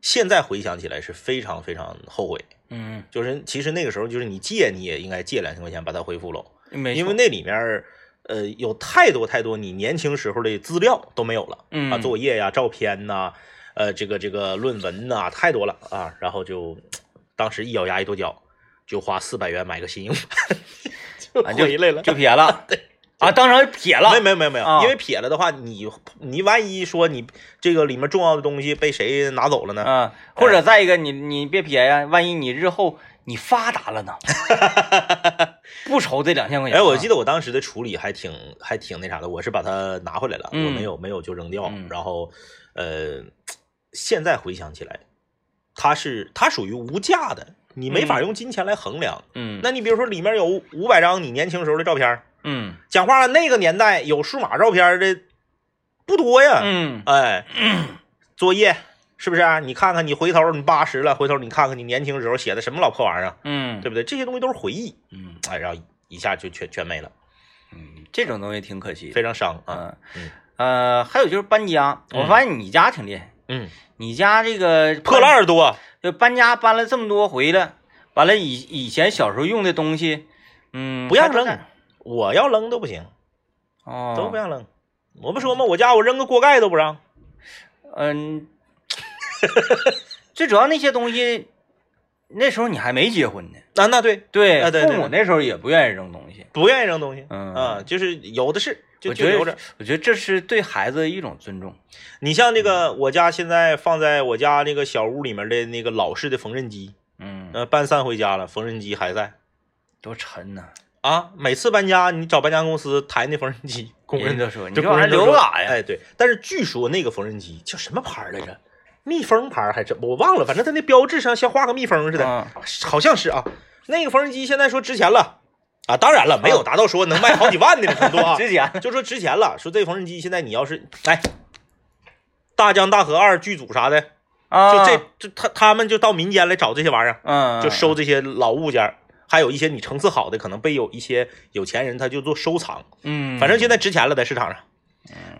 Speaker 2: 现在回想起来是非常非常后悔，
Speaker 1: 嗯，
Speaker 2: 就是其实那个时候就是你借你也应该借两千块钱把它恢复了，
Speaker 1: 没错
Speaker 2: 因为那里面儿呃有太多太多你年轻时候的资料都没有了，
Speaker 1: 嗯
Speaker 2: 啊作业呀、照片呐、呃这个这个论文呐、太多了啊，然后就当时一咬牙一跺脚，就花四百元买个新硬盘 就
Speaker 1: 啊就
Speaker 2: 回来了。
Speaker 1: 就撇 了，啊，当场撇了
Speaker 2: 没，有没有没有没有，
Speaker 1: 啊
Speaker 2: 因为撇了的话，你你万一说你这个里面重要的东西被谁拿走了呢？
Speaker 1: 嗯，或
Speaker 2: 哎
Speaker 1: 者再一个，你你别撇呀，万一你日后你发达了 呢，不愁这两千块钱
Speaker 2: 哎，
Speaker 1: 啊。
Speaker 2: 我记得我当时的处理还挺还挺那啥的，我是把它拿回来了，我
Speaker 1: 嗯
Speaker 2: 没有没有就扔掉。
Speaker 1: 嗯
Speaker 2: 然后，呃，现在回想起来，它是它属于无价的，你没法用金钱来衡量。
Speaker 1: 嗯
Speaker 2: 那你比如说里面有五百张你年轻时候的照片儿，
Speaker 1: 嗯
Speaker 2: 讲话了，那个年代有数码照片儿的不多呀。
Speaker 1: 嗯
Speaker 2: 哎，作业是不是啊、你看看，你回头你八十了，回头你看看你年轻时候写的什么老破玩意儿啊，
Speaker 1: 嗯
Speaker 2: 对不对？这些东西都是回忆，
Speaker 1: 嗯
Speaker 2: 哎，然后一下就全全没了，
Speaker 1: 嗯，这种东西挺可惜的。
Speaker 2: 非常伤啊。
Speaker 1: 嗯
Speaker 2: 嗯
Speaker 1: 呃，还有就是搬家，我
Speaker 2: 嗯
Speaker 1: 发现你家挺厉害，
Speaker 2: 嗯，
Speaker 1: 你家这个
Speaker 2: 破烂儿多，
Speaker 1: 就搬家搬了这么多回了，完了以以前小时候用的东西，嗯，
Speaker 2: 不让
Speaker 1: 还在
Speaker 2: 扔
Speaker 1: 那儿，
Speaker 2: 我要扔都不行，
Speaker 1: 哦，
Speaker 2: 都不让扔。我不说吗？我家我扔个锅盖都不让。
Speaker 1: 嗯， 最主要那些东西，那时候你还没结婚呢，
Speaker 2: 啊，那对，
Speaker 1: 对，
Speaker 2: 啊对
Speaker 1: 父
Speaker 2: 对
Speaker 1: 母那时候也不愿意扔东西，
Speaker 2: 不愿意扔东西，
Speaker 1: 嗯
Speaker 2: 啊，就是有的是，就
Speaker 1: 我
Speaker 2: 就
Speaker 1: 觉
Speaker 2: 留
Speaker 1: 得
Speaker 2: 着。
Speaker 1: 我觉得这是对孩子的一种尊重，
Speaker 2: 你像这个，我家现在放在我家那个小屋里面的那个老式的缝纫机，
Speaker 1: 嗯，
Speaker 2: 呃，搬散回家了，缝纫机还在
Speaker 1: 多沉呐、
Speaker 2: 啊。每次搬家，你找搬家公司抬那缝纫机，工人
Speaker 1: 人
Speaker 2: 的
Speaker 1: 家就说你
Speaker 2: 这
Speaker 1: 这
Speaker 2: 工
Speaker 1: 玩意儿
Speaker 2: 人就
Speaker 1: 留
Speaker 2: 说
Speaker 1: 干啥呀？
Speaker 2: 哎，对，但是据说那个缝纫机叫什么牌儿来着？蜜蜂牌儿还是我忘了，反正它那标志上像画个蜜蜂似的，
Speaker 1: 啊，
Speaker 2: 好像是啊。那个缝纫机现在说值钱了啊，当然了，没有达到说能卖好几万的那程度啊
Speaker 1: 之前
Speaker 2: 就说值钱了，说这缝纫机现在你要是哎，大江大河二剧组啥的，
Speaker 1: 啊，
Speaker 2: 就这就他他们就到民间来找这些玩意儿，
Speaker 1: 嗯，
Speaker 2: 就收这些老物件儿，还有一些你层次好的，可能被有一些有钱人他就做收藏，
Speaker 1: 嗯，
Speaker 2: 反正现在值钱了，在市场上，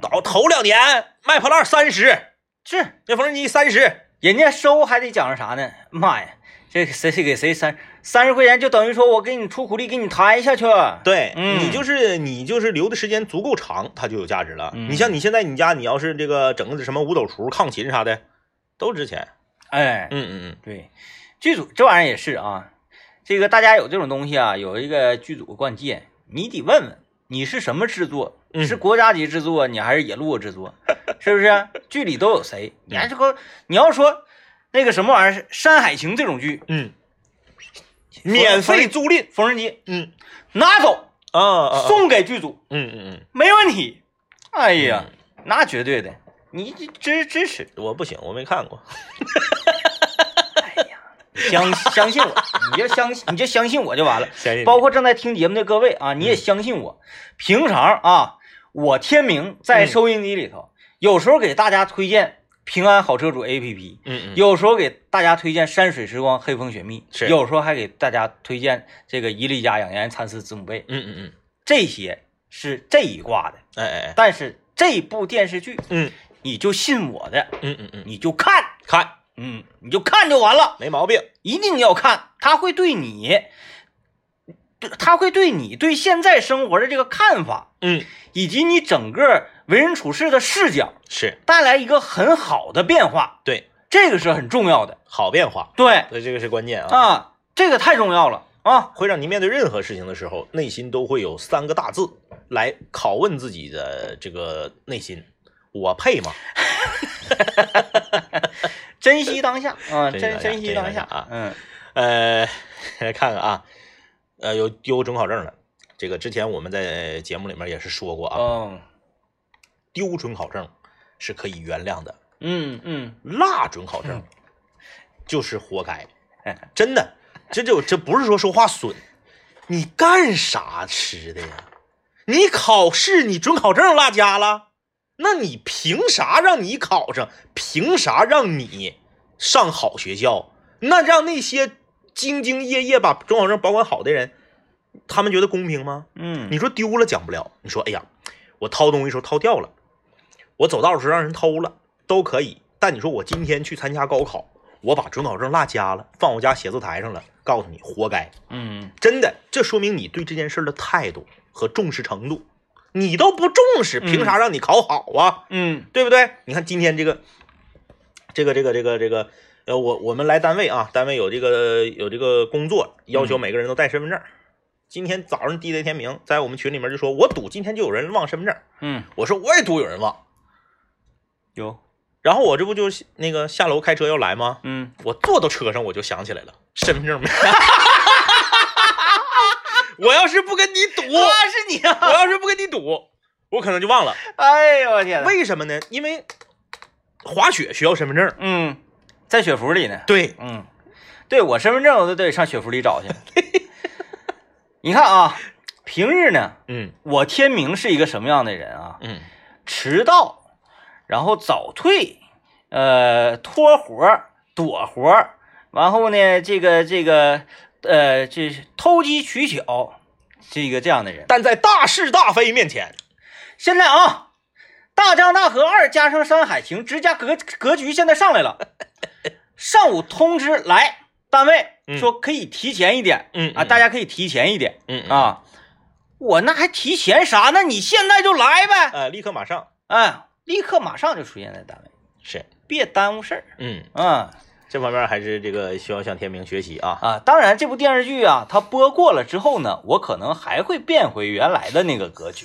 Speaker 2: 到头两年卖破烂三十，
Speaker 1: 是
Speaker 2: 那缝纫机三十，
Speaker 1: 人家收还得讲究啥呢？妈呀，这谁谁给谁三三十块钱，就等于说我给你出苦力给你抬下去。
Speaker 2: 对、
Speaker 1: 嗯
Speaker 2: 你就是你就是留的时间足够长，它就有价值了。
Speaker 1: 嗯
Speaker 2: 你像你现在你家你要是这个整个什么五斗橱、炕琴啥的，都值钱。
Speaker 1: 哎，
Speaker 2: 嗯嗯嗯，
Speaker 1: 对，剧组这玩意儿也是啊，这个大家有这种东西啊，有一个剧组惯戒，你得问问你是什么制作，
Speaker 2: 嗯
Speaker 1: 是国家级制作，你还是野路子制作，是不是？剧里都有谁？你看这个，你要说那个什么玩意儿，《山海情》这种剧，
Speaker 2: 嗯，免费租赁，
Speaker 1: 缝纫机
Speaker 2: 嗯
Speaker 1: 拿走
Speaker 2: 啊啊，啊
Speaker 1: 送给剧组。
Speaker 2: 嗯嗯
Speaker 1: 没问题。哎呀，那绝对的，你支支持，
Speaker 2: 嗯，我不行，我没看 过，
Speaker 1: 相相信 我，你就相信，你就相信我就完了。
Speaker 2: 相信
Speaker 1: 包括正在听节目的各位
Speaker 2: 嗯
Speaker 1: 啊，你也相信我。平常啊，我天明在收音机里头，
Speaker 2: 嗯
Speaker 1: 有时候给大家推荐平安好车主 APP。
Speaker 2: 嗯嗯，
Speaker 1: 有时候给大家推荐山水时光、黑风雪蜜，
Speaker 2: 是
Speaker 1: 有时候还给大家推荐这个伊利家养颜蚕丝子母被，
Speaker 2: 嗯嗯嗯，
Speaker 1: 这些是这一挂的。
Speaker 2: 哎哎哎，
Speaker 1: 但是这部电视剧，
Speaker 2: 嗯
Speaker 1: 你就信我的，
Speaker 2: 嗯嗯嗯，
Speaker 1: 你就看，
Speaker 2: 看
Speaker 1: 嗯，你就看就完了，
Speaker 2: 没毛病，
Speaker 1: 一定要看，他会对你，对他会对你对现在生活的这个看法，
Speaker 2: 嗯，
Speaker 1: 以及你整个为人处事的视角
Speaker 2: 是
Speaker 1: 带来一个很好的变化，
Speaker 2: 对，
Speaker 1: 这个是很重要的。
Speaker 2: 好变化，
Speaker 1: 对
Speaker 2: 对，这个是关键啊，
Speaker 1: 啊，这个太重要了啊。
Speaker 2: 会让你面对任何事情的时候，内心都会有三个大字来拷问自己的这个内心，我配吗？
Speaker 1: 珍惜当下啊，
Speaker 2: 珍惜
Speaker 1: 珍珍
Speaker 2: 当下
Speaker 1: 惜当
Speaker 2: 珍惜当下啊
Speaker 1: 嗯
Speaker 2: 呃，来 看看啊，呃，有丢准考证了，这个之前我们在节目里面也是说过啊，
Speaker 1: 哦，
Speaker 2: 丢准考证是可以原谅的，
Speaker 1: 嗯嗯，
Speaker 2: 落准考证就是活该，真的，这就这不是说说话损，你干啥吃的呀？你考试你准考证落家了，那你凭啥让你考上？凭啥让你上好学校？那让那些兢兢业业把准考证保管好的人，他们觉得公平吗？
Speaker 1: 嗯，
Speaker 2: 你说丢了讲不了，你说哎呀，我掏东西时候掏掉了，我走道的时候让人偷了，都可以。但你说我今天去参加高考，我把准考证落家了，放我家写字台上了，告诉你活该，
Speaker 1: 嗯
Speaker 2: 真的，这说明你对这件事儿的态度和重视程度，你都不重视，凭啥让你考好啊？
Speaker 1: 嗯
Speaker 2: 对不对？你看今天这个，这个这个这个这个，呃，我我们来单位啊，单位有这个有这个工作要求，每个人都带身份证儿。今天早上 DJ 天明在我们群里面就说，我赌今天就有人忘身份证儿。
Speaker 1: 嗯，
Speaker 2: 我说我也赌有人忘，
Speaker 1: 有，
Speaker 2: 然后我这不就那个下楼开车要来吗？
Speaker 1: 嗯
Speaker 2: 我坐到车上我就想起来了， 身份证没。我要是不跟你赌，
Speaker 1: 哇
Speaker 2: 我，
Speaker 1: 是你啊！
Speaker 2: 要是不跟你赌，我可能就忘了。
Speaker 1: 哎呦我天哪！
Speaker 2: 为什么呢？因为滑雪需要身份证儿。
Speaker 1: 嗯在雪服里呢。
Speaker 2: 对，
Speaker 1: 嗯，对我身份证我都得上雪服里找去。 你看啊，平日呢，
Speaker 2: 嗯
Speaker 1: 我天明是一个什么样的人啊？
Speaker 2: 嗯
Speaker 1: 迟到，然后早退，呃，拖活儿、躲活儿，然后呢，这个这个呃，这是偷机取巧，这个这样的人。
Speaker 2: 但在大是大非面前，
Speaker 1: 现在啊，大江大河二加上《山海情》，直辖格格局现在上来了。 上午通知来单位
Speaker 2: 嗯
Speaker 1: 说可以提前一点、
Speaker 2: 嗯
Speaker 1: 啊，大家可以提前一点、
Speaker 2: 嗯，
Speaker 1: 啊。我那还提前啥呢？你现在就来呗，
Speaker 2: 呃，立刻马上
Speaker 1: 哎，立刻马上就出现在单位，
Speaker 2: 是，
Speaker 1: 别耽误事儿
Speaker 2: 嗯，
Speaker 1: 啊
Speaker 2: 这方面还是这个需要向天明学习啊。
Speaker 1: 啊！当然，这部电视剧啊，它播过了之后呢，我可能还会变回原来的那个格 局，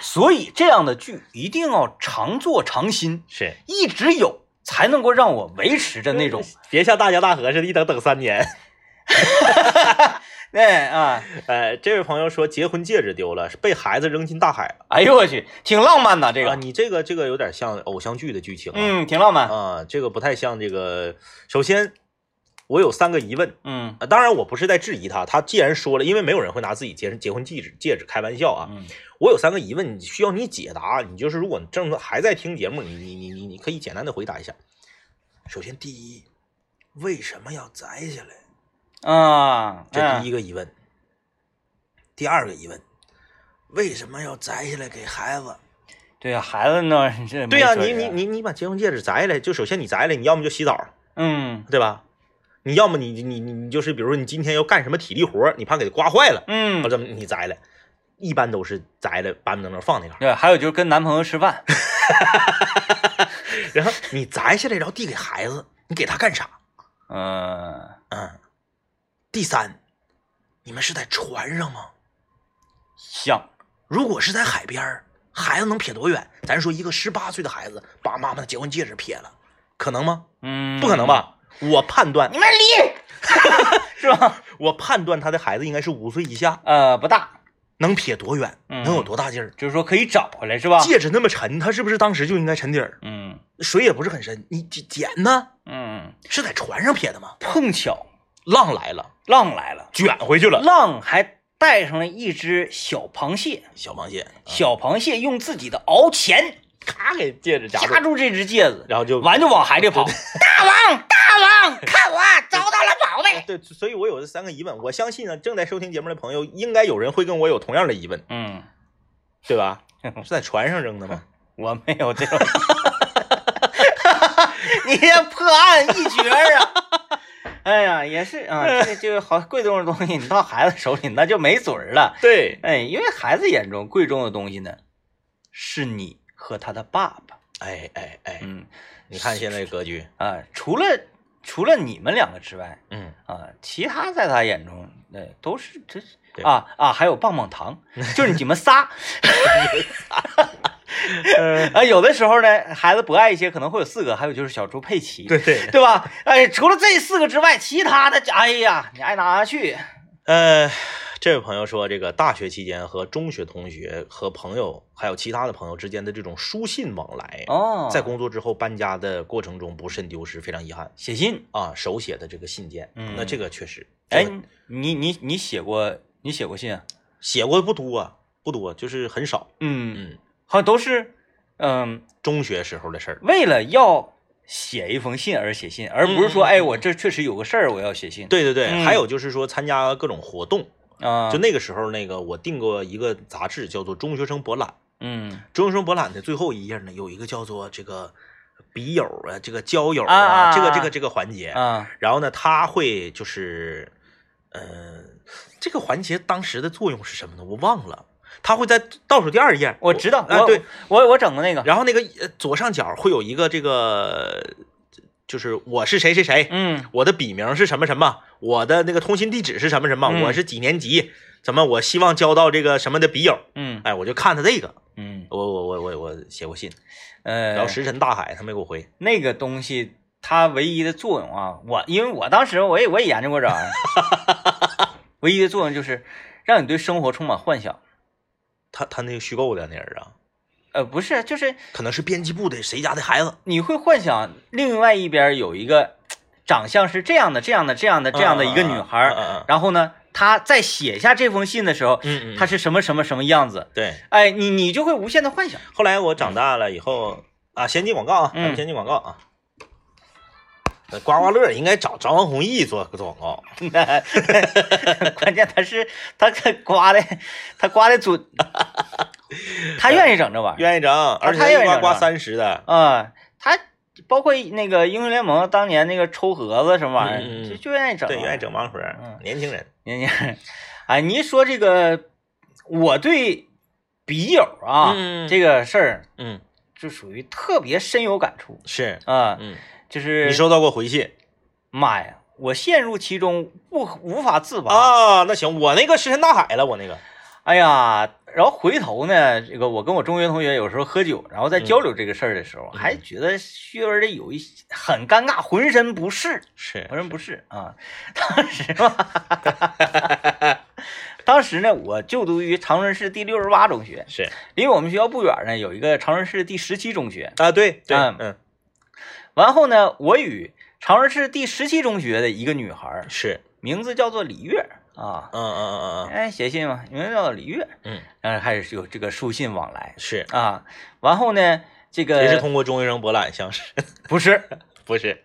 Speaker 1: 所以这样的剧一定要常做常新。
Speaker 2: 是，
Speaker 1: 一直有，才能够让我维持着那种，
Speaker 2: 别像大江大河似的，一等等三年。
Speaker 1: 哎啊，
Speaker 2: 呃，这位朋友说结婚戒指丢了，是被孩子扔进大海了。
Speaker 1: 哎呦我去，挺浪漫的这
Speaker 2: 啊，
Speaker 1: 个，
Speaker 2: 你这个这个有点像偶像剧的剧情啊。
Speaker 1: 嗯，挺浪漫，
Speaker 2: 啊，这个不太像这个。首先，我有三个疑问。
Speaker 1: 嗯
Speaker 2: 啊，当然我不是在质疑他，他既然说了，因为没有人会拿自己结结婚戒指戒指开玩笑啊。
Speaker 1: 嗯，
Speaker 2: 我有三个疑问需要你解答，你就是如果你正还在听节目，你你你你你可以简单的回答一下。首先，第一，为什么要摘下来？
Speaker 1: 啊，
Speaker 2: 这第
Speaker 1: 一，
Speaker 2: 一个疑问。第二个疑问，为什么要摘下来给孩子？
Speaker 1: 对呀、孩子呢，这
Speaker 2: 对呀、
Speaker 1: 没
Speaker 2: 啊
Speaker 1: 辙啊
Speaker 2: 你你，你你把结婚戒指摘下来，就首先你摘下来，你要么就洗澡，
Speaker 1: 嗯
Speaker 2: 对吧？你要么你你你你就是比如说你今天要干什么体力活儿，你怕给它刮坏了，或
Speaker 1: 嗯，
Speaker 2: 者你摘了，一般都是摘了板板正正放那块儿，
Speaker 1: 对，还有就是跟男朋友吃饭，
Speaker 2: 然后你摘下来，然后递给孩子，你给他干啥？
Speaker 1: 嗯，
Speaker 2: 嗯。第三，你们是在船上吗？
Speaker 1: 像，
Speaker 2: 如果是在海边儿，孩子能撇多远？咱说一个十八岁的孩子把妈妈的结婚戒指撇了，可能吗？
Speaker 1: 嗯，
Speaker 2: 不可能？吧？我判断
Speaker 1: 你，们离， 是吧？
Speaker 2: 我判断他的孩子应该是五岁以下，
Speaker 1: 呃，不大，
Speaker 2: 能撇多远？
Speaker 1: 嗯
Speaker 2: 能有多大劲儿？
Speaker 1: 就是说可以找回来，是吧？
Speaker 2: 戒指那么沉，他是不是当时就应该沉底儿？
Speaker 1: 嗯
Speaker 2: 水也不是很深，你捡捡呢？
Speaker 1: 嗯，
Speaker 2: 是在船上撇的吗？
Speaker 1: 碰巧
Speaker 2: 浪来了，
Speaker 1: 浪来了，
Speaker 2: 卷回去了。
Speaker 1: 浪还带上了一只小螃蟹。
Speaker 2: 小螃蟹
Speaker 1: 小螃蟹用自己的螯钳
Speaker 2: 咔给戒指夹
Speaker 1: 夹
Speaker 2: 住，
Speaker 1: 住这只戒指，
Speaker 2: 然后就
Speaker 1: 完就往海里跑。 大王，大 王，看我找到了宝贝。
Speaker 2: 对，所以我有这三个疑问。我相信呢，正在收听节目的朋友，应该有人会跟我有同样的疑问，
Speaker 1: 嗯，
Speaker 2: 对吧？是在船上扔的吗？
Speaker 1: 我没有这种。 你这破案一绝 啊！哎呀，也是啊，这这个好贵重的东西，你到孩子手里那就没准儿了。
Speaker 2: 对，
Speaker 1: 哎，因为孩子眼中贵重的东西呢，是你和他的爸爸。
Speaker 2: 哎哎哎，
Speaker 1: 嗯
Speaker 2: 你看现在格局，
Speaker 1: 啊，除了除了你们两个之外，
Speaker 2: 嗯，
Speaker 1: 啊，其他在他眼中，呃，都是这是
Speaker 2: 对
Speaker 1: 啊啊，还有棒棒糖，就是你们 仨啊，有的时候呢，孩子博爱一些，可能会有四个，还有就是小猪佩奇，
Speaker 2: 对对，
Speaker 1: 对吧？哎，除了这四个之外，其他的，哎呀，你爱哪去？
Speaker 2: 呃，这位朋友说，这个大学期间和中学同学、和朋友还有其他的朋友之间的这种书信往来，
Speaker 1: 哦，
Speaker 2: 在工作之后搬家的过程中不慎丢失，非常遗憾
Speaker 1: 写信。
Speaker 2: 啊。手写的这个信件，
Speaker 1: 嗯
Speaker 2: 那这个确实，
Speaker 1: 哎
Speaker 2: 这个，
Speaker 1: 你你你写过你写过信啊？
Speaker 2: 写过的不多、啊，不多，就是很少。
Speaker 1: 嗯，
Speaker 2: 嗯，
Speaker 1: 好像都是嗯，
Speaker 2: 中学时候的事儿。
Speaker 1: 为了要写一封信而写信，而不是说
Speaker 2: 嗯嗯
Speaker 1: 哎，我这确实有个事儿，我要写信。
Speaker 2: 对对对，
Speaker 1: 嗯
Speaker 2: 还有就是说参加各种活动，
Speaker 1: 啊，
Speaker 2: 就那个时候，那个我订过一个杂志，叫做《中学生博览》。
Speaker 1: 嗯。
Speaker 2: 中学生博览的最后一页呢，有一个叫做这个笔友啊，这个交友
Speaker 1: 啊啊啊
Speaker 2: 这个这个这个环节。
Speaker 1: 啊，
Speaker 2: 然后呢，他会就是，呃，这个环节当时的作用是什么呢？我忘了。他会在倒数第二页，
Speaker 1: 我知道，
Speaker 2: 啊、
Speaker 1: 我
Speaker 2: 对。，
Speaker 1: 我我整过那个，
Speaker 2: 然后那个呃左上角会有一个这个，就是我是谁谁谁，
Speaker 1: 嗯
Speaker 2: 我的笔名是什么什么，我的那个通信地址是什么什么，
Speaker 1: 嗯
Speaker 2: 我是几年级，怎么我希望交到这个什么的笔友，
Speaker 1: 嗯
Speaker 2: 哎，我就看他这个，
Speaker 1: 嗯，
Speaker 2: 我我我我我写过信，然
Speaker 1: 呃
Speaker 2: 后，石沉大海，他没给我回，
Speaker 1: 那个东西它唯一的作用啊，我因为我当时我也我也研究过这玩意儿， 唯一的作用就是让你对生活充满幻想。
Speaker 2: 他他那个虚构的那人啊，
Speaker 1: 呃，不是，就是
Speaker 2: 可能是编辑部的谁家的孩子，
Speaker 1: 你会幻想另外一边有一个长相是这样的、这样的、这样的、这
Speaker 2: 啊
Speaker 1: 样的一个女孩儿，
Speaker 2: 嗯嗯
Speaker 1: 然后呢，她在写下这封信的时候，
Speaker 2: 嗯嗯，
Speaker 1: 她是什么什么什么样子？
Speaker 2: 对。
Speaker 1: 哎，你你就会无限的幻想。
Speaker 2: 后来我长大了以后啊，先进广告啊，咱们
Speaker 1: 嗯
Speaker 2: 先进广告啊。呃刮刮乐应该找找王弘毅做做广
Speaker 1: 哎
Speaker 2: 告，
Speaker 1: 关键他是他他刮的，他刮的 准，他愿意整这玩意儿
Speaker 2: 愿意整，而且
Speaker 1: 他愿
Speaker 2: 一
Speaker 1: 意
Speaker 2: 刮
Speaker 1: 整
Speaker 2: 刮
Speaker 1: 啊
Speaker 2: 三十的，
Speaker 1: 啊、他包括那个英雄联盟当年那个抽盒子什么玩意儿，
Speaker 2: 嗯嗯嗯
Speaker 1: 就就愿意整，啊
Speaker 2: 对，愿意。整盲盒儿，
Speaker 1: 嗯
Speaker 2: 年轻人，
Speaker 1: 年轻人，哎，你一说这个，我对笔友啊、
Speaker 2: 嗯
Speaker 1: 这个事儿
Speaker 2: 嗯，
Speaker 1: 就属于特别深有感触
Speaker 2: 是，
Speaker 1: 啊、
Speaker 2: 嗯，
Speaker 1: 就是
Speaker 2: 你收到过回信
Speaker 1: 妈呀，我陷入其中不无法自拔。
Speaker 2: 啊？那行，我那个石沉大海了，我那个，
Speaker 1: 哎呀，然后回头呢，这个我跟我中学同学有时候喝酒，然后在交流这个事儿的时候，
Speaker 2: 嗯
Speaker 1: 还觉得薛文的有一些很尴尬，浑身不适，
Speaker 2: 是
Speaker 1: 浑身不适啊。 当时吧， 当时呢，我就读于长春市第六十八中学，
Speaker 2: 是
Speaker 1: 离我们学校不远呢，有一个长春市第十七中学。
Speaker 2: 啊，对对，
Speaker 1: 嗯
Speaker 2: 嗯，
Speaker 1: 完后呢，我与长春市第十七中学的一个女孩儿，
Speaker 2: 是，
Speaker 1: 名字叫做李月啊，
Speaker 2: 嗯嗯嗯嗯
Speaker 1: 哎，写信嘛，名字叫做李月，
Speaker 2: 嗯，
Speaker 1: 然后开始有这个书信往来。
Speaker 2: 是，
Speaker 1: 啊，完后呢，这
Speaker 2: 也是
Speaker 1: 个
Speaker 2: 通过中学生博览，像是
Speaker 1: 不是
Speaker 2: 不是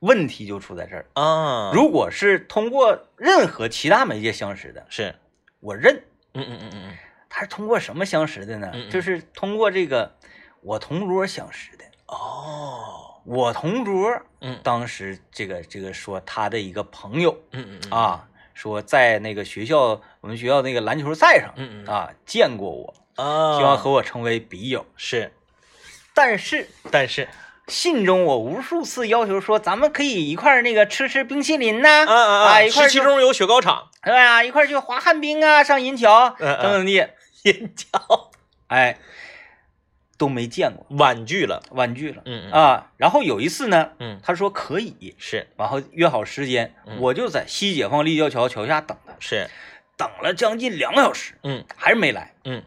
Speaker 1: 问题就出在这儿。
Speaker 2: 啊？
Speaker 1: 如果是通过任何其他媒介相识的，
Speaker 2: 是，
Speaker 1: 我认。
Speaker 2: 嗯嗯嗯嗯
Speaker 1: 他是通过什么相识的呢？
Speaker 2: 嗯嗯
Speaker 1: 就是通过这个我同桌相识的。
Speaker 2: 嗯，哦，
Speaker 1: 我同桌
Speaker 2: 嗯
Speaker 1: 当时这个这个说他的一个朋友
Speaker 2: 嗯嗯嗯，
Speaker 1: 啊，说在那个学校我们学校那个篮球赛上
Speaker 2: 嗯嗯
Speaker 1: 啊见过我，
Speaker 2: 啊，
Speaker 1: 希望和我成为笔友。
Speaker 2: 是，
Speaker 1: 但是
Speaker 2: 但是
Speaker 1: 信中我无数次要求说，咱们可以一块儿那个吃吃冰淇淋呐、
Speaker 2: 啊啊
Speaker 1: 啊
Speaker 2: 啊，
Speaker 1: 一块儿
Speaker 2: 是其
Speaker 1: 就
Speaker 2: 中有雪糕厂，
Speaker 1: 对啊，一块儿去滑旱冰啊，上银桥
Speaker 2: 嗯
Speaker 1: 等等 地，
Speaker 2: 人家
Speaker 1: 哎，都没见过，
Speaker 2: 婉拒了，
Speaker 1: 婉拒了
Speaker 2: 嗯嗯
Speaker 1: 啊。然后有一次呢，
Speaker 2: 嗯，
Speaker 1: 他说可以，
Speaker 2: 是
Speaker 1: 然后约好时间，
Speaker 2: 嗯
Speaker 1: 我就在西解放立交桥桥下等他，
Speaker 2: 是，
Speaker 1: 等了将近两个小时，
Speaker 2: 嗯
Speaker 1: 还是没来。
Speaker 2: 嗯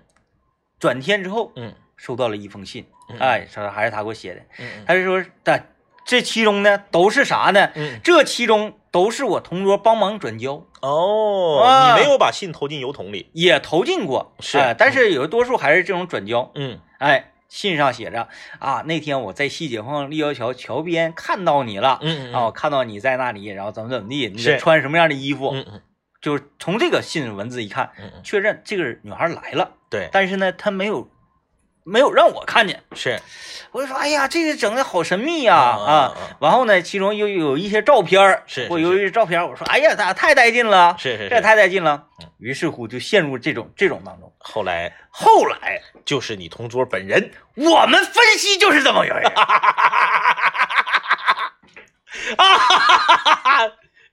Speaker 1: 转天之后
Speaker 2: 嗯
Speaker 1: 收到了一封信，
Speaker 2: 嗯
Speaker 1: 哎，说还是他给我写的，
Speaker 2: 嗯
Speaker 1: 他就说但这其中呢都是啥呢？
Speaker 2: 嗯，
Speaker 1: 这其中都是我同桌帮忙转交，
Speaker 2: 哦，
Speaker 1: 啊
Speaker 2: 你没有把信投进邮筒里，
Speaker 1: 也投进过，
Speaker 2: 是
Speaker 1: 哎但是有多数还是这种转交。
Speaker 2: 嗯
Speaker 1: 哎，信上写着啊，那天我在西解放立交桥桥边看到你了，
Speaker 2: 嗯
Speaker 1: 啊，我，看到你在那里，然后怎么怎么地，你
Speaker 2: 是
Speaker 1: 得穿什么样的衣服，
Speaker 2: 嗯嗯
Speaker 1: 就是从这个信文字一看，
Speaker 2: 嗯嗯，
Speaker 1: 确认这个女孩来了，
Speaker 2: 对，
Speaker 1: 但是呢，她没有。没有让我看见，
Speaker 2: 是
Speaker 1: 我就说，哎呀，这个整的好神秘呀
Speaker 2: 啊啊
Speaker 1: 啊！然后呢，其中又有一些照片儿，
Speaker 2: 是是
Speaker 1: 我有一些照片儿，我说，哎呀，咋太带劲了，
Speaker 2: 是是
Speaker 1: 这
Speaker 2: 是，
Speaker 1: 太带劲了。
Speaker 2: 嗯
Speaker 1: 于是乎就陷入这种这种当中。
Speaker 2: 后来
Speaker 1: 后来
Speaker 2: 就是你同桌本人，
Speaker 1: 我们分析就是这么 回事儿。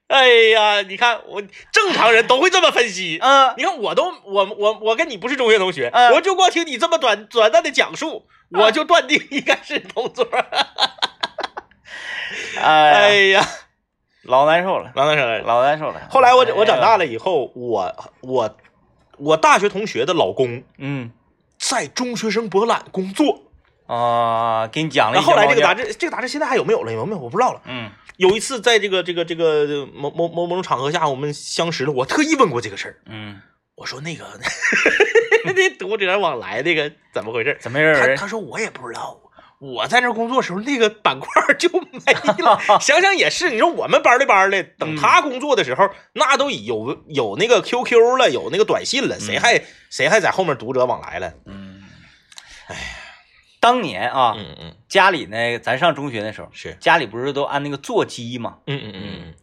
Speaker 2: 哎呀，你看我正常人都会这么分析，
Speaker 1: 啊，
Speaker 2: 你看我都我我我跟你不是中学同学，
Speaker 1: 嗯
Speaker 2: 我就光听你这么短短暂的讲述，
Speaker 1: 啊
Speaker 2: 我就断定应该是同桌。哎
Speaker 1: 哎，
Speaker 2: 呀，
Speaker 1: 老难受了，
Speaker 2: 王大生，
Speaker 1: 老难受了。
Speaker 2: 后来我
Speaker 1: 哎呀
Speaker 2: 我长大，了以后，我我我大学同学的老公
Speaker 1: 嗯
Speaker 2: 在中学生博览工作，
Speaker 1: 啊，给你讲了
Speaker 2: 然
Speaker 1: 一些
Speaker 2: 后后来这个
Speaker 1: 猫
Speaker 2: 杂
Speaker 1: 叫，
Speaker 2: 志这个杂志现在还有没有了？有没有？我不知道了。
Speaker 1: 嗯
Speaker 2: 有一次在这个这个这个某某某某种场合下，我们相识了，我特意问过这个事儿，
Speaker 1: 嗯，
Speaker 2: 我说那个 那读者往来那个怎么回事？
Speaker 1: 怎么有
Speaker 2: 他
Speaker 1: 人
Speaker 2: 他说我也不知道，我在那儿工作的时候那个板块儿就没了。 想想也是，你说我们班儿的班儿的，等他工作的时候，那都已有有那个 QQ 了，有那个短信了，谁还、谁还在后面读者往来了？
Speaker 1: 嗯，当年啊，
Speaker 2: 哎嗯嗯，
Speaker 1: 家里呢，咱上中学那时候，
Speaker 2: 是，
Speaker 1: 家里不是都按那个座机嘛，
Speaker 2: 嗯嗯嗯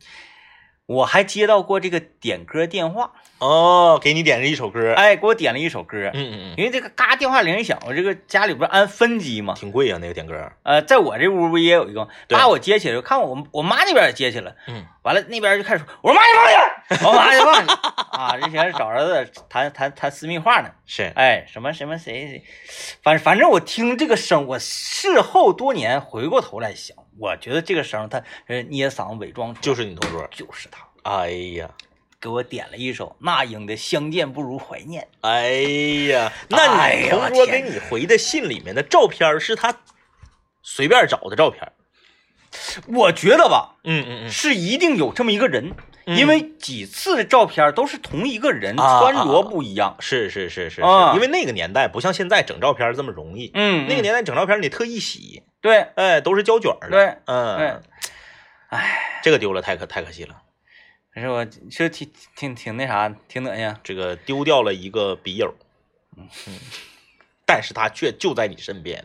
Speaker 1: 我还接到过这个点歌电话，
Speaker 2: 嗯，哦，给你点了一首歌，
Speaker 1: 哎，给我点了一首歌，
Speaker 2: 嗯嗯嗯，
Speaker 1: 因为这个嘎电话铃一响，我这个家里不是按分机嘛，
Speaker 2: 挺贵啊，那个点歌，
Speaker 1: 呃，在我这屋不也有一个吗？
Speaker 2: 对
Speaker 1: 把我接起来，看我我妈那边也接起来，
Speaker 2: 嗯，
Speaker 1: 完了那边就开始说，我妈你放下，我妈你放下啊，这前找儿子谈谈谈私密话呢，
Speaker 2: 是，
Speaker 1: 哎，什么什么谁谁，反正反正我听这个声，我事后多年回过头来想，我觉得这个声他呃捏嗓子伪装出来
Speaker 2: 就是你同桌，
Speaker 1: 就是他，
Speaker 2: 哎呀，
Speaker 1: 给我点了一首那英的《相见不如怀念
Speaker 2: 哎呀，那
Speaker 1: 哎
Speaker 2: 你
Speaker 1: 呀
Speaker 2: 同
Speaker 1: 我
Speaker 2: 桌给
Speaker 1: 天
Speaker 2: 你回的信里面的照片儿是他随便找的照片儿？》。
Speaker 1: 我觉得吧，
Speaker 2: 嗯嗯
Speaker 1: 是一定有这么一个人，
Speaker 2: 嗯
Speaker 1: 因为几次的照片都是同一个人，
Speaker 2: 啊
Speaker 1: 穿着不一样。
Speaker 2: 是是是是是
Speaker 1: 啊，
Speaker 2: 因为那个年代不像现在整照片儿这么容易，
Speaker 1: 嗯，
Speaker 2: 那个
Speaker 1: 嗯
Speaker 2: 年代整照片儿你特意洗，
Speaker 1: 对
Speaker 2: 哎，都是胶卷儿的。
Speaker 1: 对对
Speaker 2: 嗯，，
Speaker 1: 哎，
Speaker 2: 这个丢了太可太可惜了，
Speaker 1: 可是我就挺挺挺那啥，挺恶 心。
Speaker 2: 这个丢掉了一个笔友，嗯，但是他却就在你身边。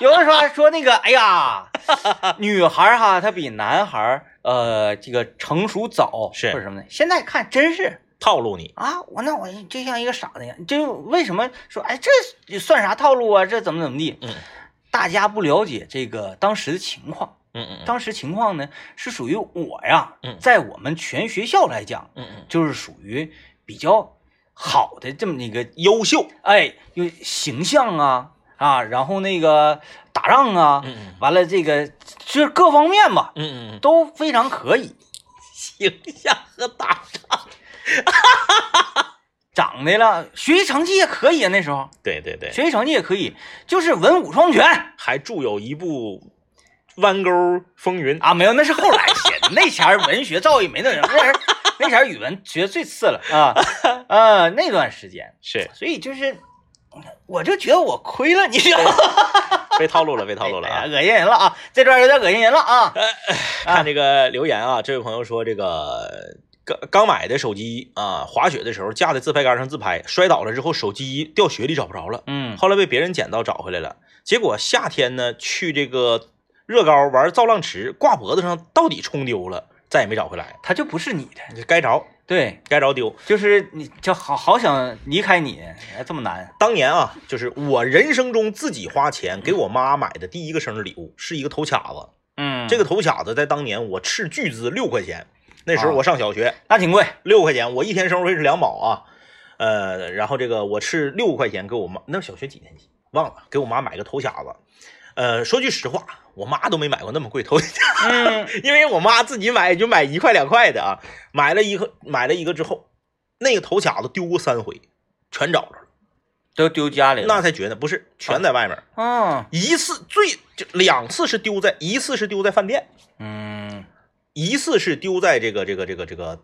Speaker 1: 有的时候还说那个，哎 呀，女孩儿哈，她比男孩儿呃这个成熟早，
Speaker 2: 是
Speaker 1: 或者什么的。现在看真是
Speaker 2: 套路你，
Speaker 1: 啊，我那我就像一个傻子一样，就为什么说哎这算啥套路啊？这怎么怎么地？
Speaker 2: 嗯
Speaker 1: 大家不了解这个当时的情况。
Speaker 2: 嗯嗯嗯
Speaker 1: 当时情况呢是属于我呀
Speaker 2: 嗯，
Speaker 1: 在我们全学校来讲，
Speaker 2: 嗯嗯，
Speaker 1: 就是属于比较好的这么一个，
Speaker 2: 优秀，
Speaker 1: 哎，有形象啊啊，然后那个打仗啊，
Speaker 2: 嗯嗯
Speaker 1: 完了这个就是各方面吧
Speaker 2: 嗯嗯，
Speaker 1: 都非常可以，
Speaker 2: 形象和打赏，
Speaker 1: 长得了学习成绩也可以啊，那时候
Speaker 2: 对对对，
Speaker 1: 学习成绩也可以，就是文武双全
Speaker 2: 还著有一部《弯钩风云》
Speaker 1: 啊，没有，那是后来写的，那前儿文学造诣没那人，那前儿那前儿语文学最次了啊，呃，那段时间。
Speaker 2: 是
Speaker 1: 所以就是，我就觉得我亏了，你知道吗？
Speaker 2: 被套路了，被套路了
Speaker 1: 哎呀
Speaker 2: 啊！
Speaker 1: 恶心人了啊！这段有点恶心人了啊！
Speaker 2: 看这个留言啊，这位朋友说这个。刚刚买的手机啊，滑雪的时候架在自拍杆上自拍，摔倒了之后手机掉雪里找不着了，
Speaker 1: 嗯，
Speaker 2: 后来被别人捡到找回来了。结果夏天呢，去这个热高玩造浪池，挂脖子上到底冲丢了，再也没找回来。
Speaker 1: 他就不是你的，
Speaker 2: 该着
Speaker 1: 对，
Speaker 2: 该着丢。
Speaker 1: 就是你就好好想离开你，哎，这么难，
Speaker 2: 当年啊，就是我人生中自己花钱给我妈买的第一个生日礼物是一个头卡子，
Speaker 1: 嗯，
Speaker 2: 这个头卡子在当年我斥巨资六块钱，那
Speaker 1: 啊
Speaker 2: 时候我上小学，
Speaker 1: 那挺贵，
Speaker 2: 六块钱，我一天生活费是两毛啊，呃，然后这个我是六块钱给我妈，那小学几年级忘了，给我妈买个头匣子。呃，说句实话，我妈都没买过那么贵头匣，
Speaker 1: 嗯，
Speaker 2: 因为我妈自己买也就买一块两块的啊，买了一个买了一个之后，那个头匣子丢过三回，全找着了，
Speaker 1: 都丢家里
Speaker 2: 那
Speaker 1: 了。
Speaker 2: 才觉得不是全在外面，
Speaker 1: 那，嗯
Speaker 2: 一次最就两次是丢在一次是丢在饭店，
Speaker 1: 嗯，
Speaker 2: 一次是丢在这个这个这个这个，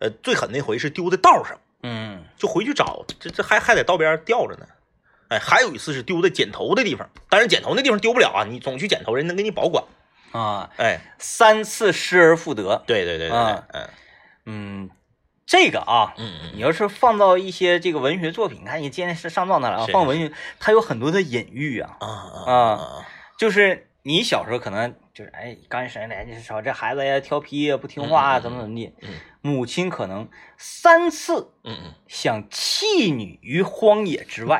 Speaker 2: 呃，最狠那回是丢在道上。
Speaker 1: 嗯，
Speaker 2: 就回去找，这这还还在道边儿吊着呢。哎，还有一次是丢在剪头的地方，但是剪头那地方丢不了啊，你总去剪头，人能给你保管。
Speaker 1: 啊，
Speaker 2: 哎，
Speaker 1: 三次失而复得，
Speaker 2: 对对对对对
Speaker 1: 啊，
Speaker 2: 嗯
Speaker 1: 嗯，这个啊，
Speaker 2: 嗯
Speaker 1: 你要是放到一些这个文学作品，你看你今天是上到那了啊，
Speaker 2: 是
Speaker 1: 放文学，它有很多的隐喻啊，
Speaker 2: 啊啊啊
Speaker 1: 就是你小时候可能就是哎，刚开始来就是说这孩子呀调皮呀不听话
Speaker 2: 嗯
Speaker 1: 啊，
Speaker 2: 嗯嗯
Speaker 1: 怎么怎么地
Speaker 2: 嗯。
Speaker 1: 母亲可能三次
Speaker 2: 嗯嗯，
Speaker 1: 想弃女于荒野之 外，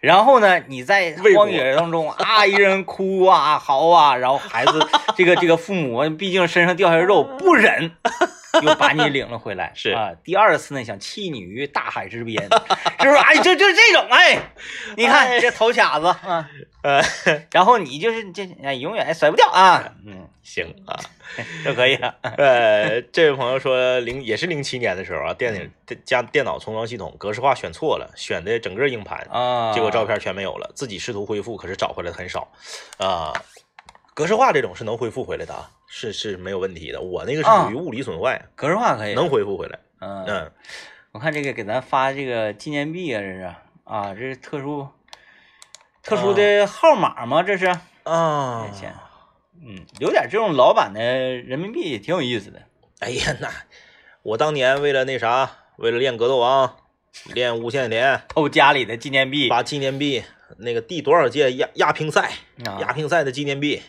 Speaker 1: 然后呢，你在
Speaker 2: 为我
Speaker 1: 荒野当中啊，一人哭啊嚎啊，然后孩 子这个这个父母毕竟身上掉下肉，不 忍。又把你领了回来，
Speaker 2: 是
Speaker 1: 啊。第二次呢，想弃你于大海之边， 是不是？哎，就就这种，哎，你看
Speaker 2: 哎
Speaker 1: 这头卡子啊，
Speaker 2: 呃，
Speaker 1: 然后你就是这哎，永远甩不掉啊，嗯，
Speaker 2: 行啊，
Speaker 1: 就可以了。
Speaker 2: 呃，这位朋友说零也是零七年的时候啊，
Speaker 1: 嗯
Speaker 2: 电影加电脑重装系统格式化选错了，选的整个硬盘，
Speaker 1: 啊，
Speaker 2: 结果照片全没有了，自己试图恢复，可是找回来的很少，啊、格式化这种是能恢复回来的啊，是是没有问题的。我那个
Speaker 1: 啊
Speaker 2: 是属于物理损坏，
Speaker 1: 格式化可以，
Speaker 2: 能恢复回来。
Speaker 1: 嗯，
Speaker 2: 嗯，
Speaker 1: 我看这个给咱发这个纪念币啊，这是啊，这是特殊特殊的号码吗？这是，
Speaker 2: 啊
Speaker 1: 没钱嗯，有点这种老版的人民币也挺有意思的。
Speaker 2: 哎呀，那我当年为了那啥，为了练格斗王，练无限连，
Speaker 1: 偷家里的纪念币，
Speaker 2: 把纪念币那个第多少届亚亚乒赛，
Speaker 1: 啊
Speaker 2: 亚乒赛的纪念币，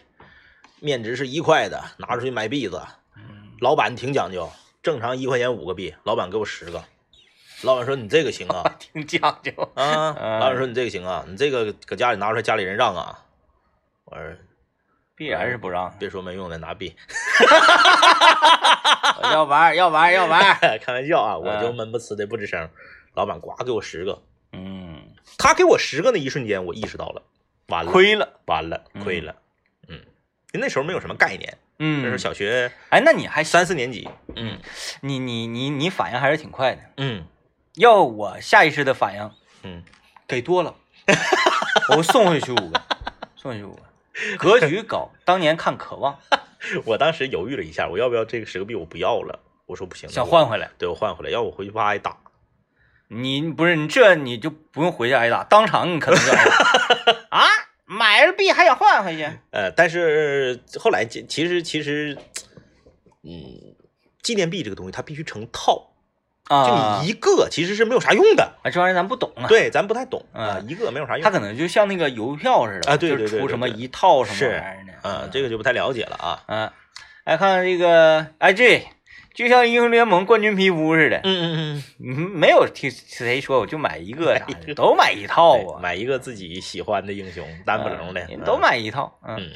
Speaker 2: 面值是一块的，拿出去买币子，
Speaker 1: 嗯
Speaker 2: 老板挺讲究，正常一块钱五个币，老板给我十个，老板说你这个行 啊。
Speaker 1: 挺讲究。
Speaker 2: 啊，
Speaker 1: 嗯
Speaker 2: 老板说你这个行啊，你这个搁家里拿出来，家里人让啊。我说
Speaker 1: 必然是不 让，
Speaker 2: 别说没用的，拿币，
Speaker 1: 我要玩要玩 要 玩。
Speaker 2: 开玩笑啊，我就
Speaker 1: 嗯
Speaker 2: 闷不呲的不吱声。老板呱给我十个，
Speaker 1: 嗯，
Speaker 2: 他给我十个那一瞬间，我意识到了，完了，
Speaker 1: 亏了，
Speaker 2: 完了，
Speaker 1: 嗯
Speaker 2: 亏了。那时候没有什么概念，那时候
Speaker 1: 嗯，
Speaker 2: 小学
Speaker 1: 哎，那你还行
Speaker 2: 三四年级，嗯
Speaker 1: 你你你你反应还是挺快的。
Speaker 2: 嗯
Speaker 1: 要我下意识的反应，
Speaker 2: 嗯，
Speaker 1: 给多了， 我送回去五个， 送回去五个，格局高。当年看《渴望》，
Speaker 2: 我当时犹豫了一下，我要不要这个十个币？我不要了，我说不行，
Speaker 1: 想
Speaker 2: 我
Speaker 1: 换，回来，
Speaker 2: 对我换回来，要我回去怕挨打。
Speaker 1: 你不是你这你就不用回去挨打，当场你可能就挨打 啊！买了币还想换回去，
Speaker 2: 呃，但是后来其其实其实，嗯，纪念币这个东西它必须成套，就
Speaker 1: 啊，
Speaker 2: 你一个其实是没有啥用的。
Speaker 1: 啊这玩意儿咱不懂啊，
Speaker 2: 对，咱不太懂啊，
Speaker 1: 嗯
Speaker 2: 一个没有啥
Speaker 1: 它
Speaker 2: 用。
Speaker 1: 可能就像那个邮票似的
Speaker 2: 啊对对对
Speaker 1: 就是出
Speaker 2: 对
Speaker 1: 什么
Speaker 2: 对
Speaker 1: 一套什
Speaker 2: 是
Speaker 1: 么玩意儿的，
Speaker 2: 啊，这个就不太了解了啊。
Speaker 1: 嗯，来看看这个，哎对，就像英雄联盟冠军皮肤似的，
Speaker 2: 嗯嗯嗯，
Speaker 1: 嗯， 没有听谁说我就买一个啥的，都买一套
Speaker 2: 对，
Speaker 1: 啊，
Speaker 2: 买一个自己喜欢的英雄，单不楞的
Speaker 1: 嗯，都买一套。嗯，
Speaker 2: 嗯。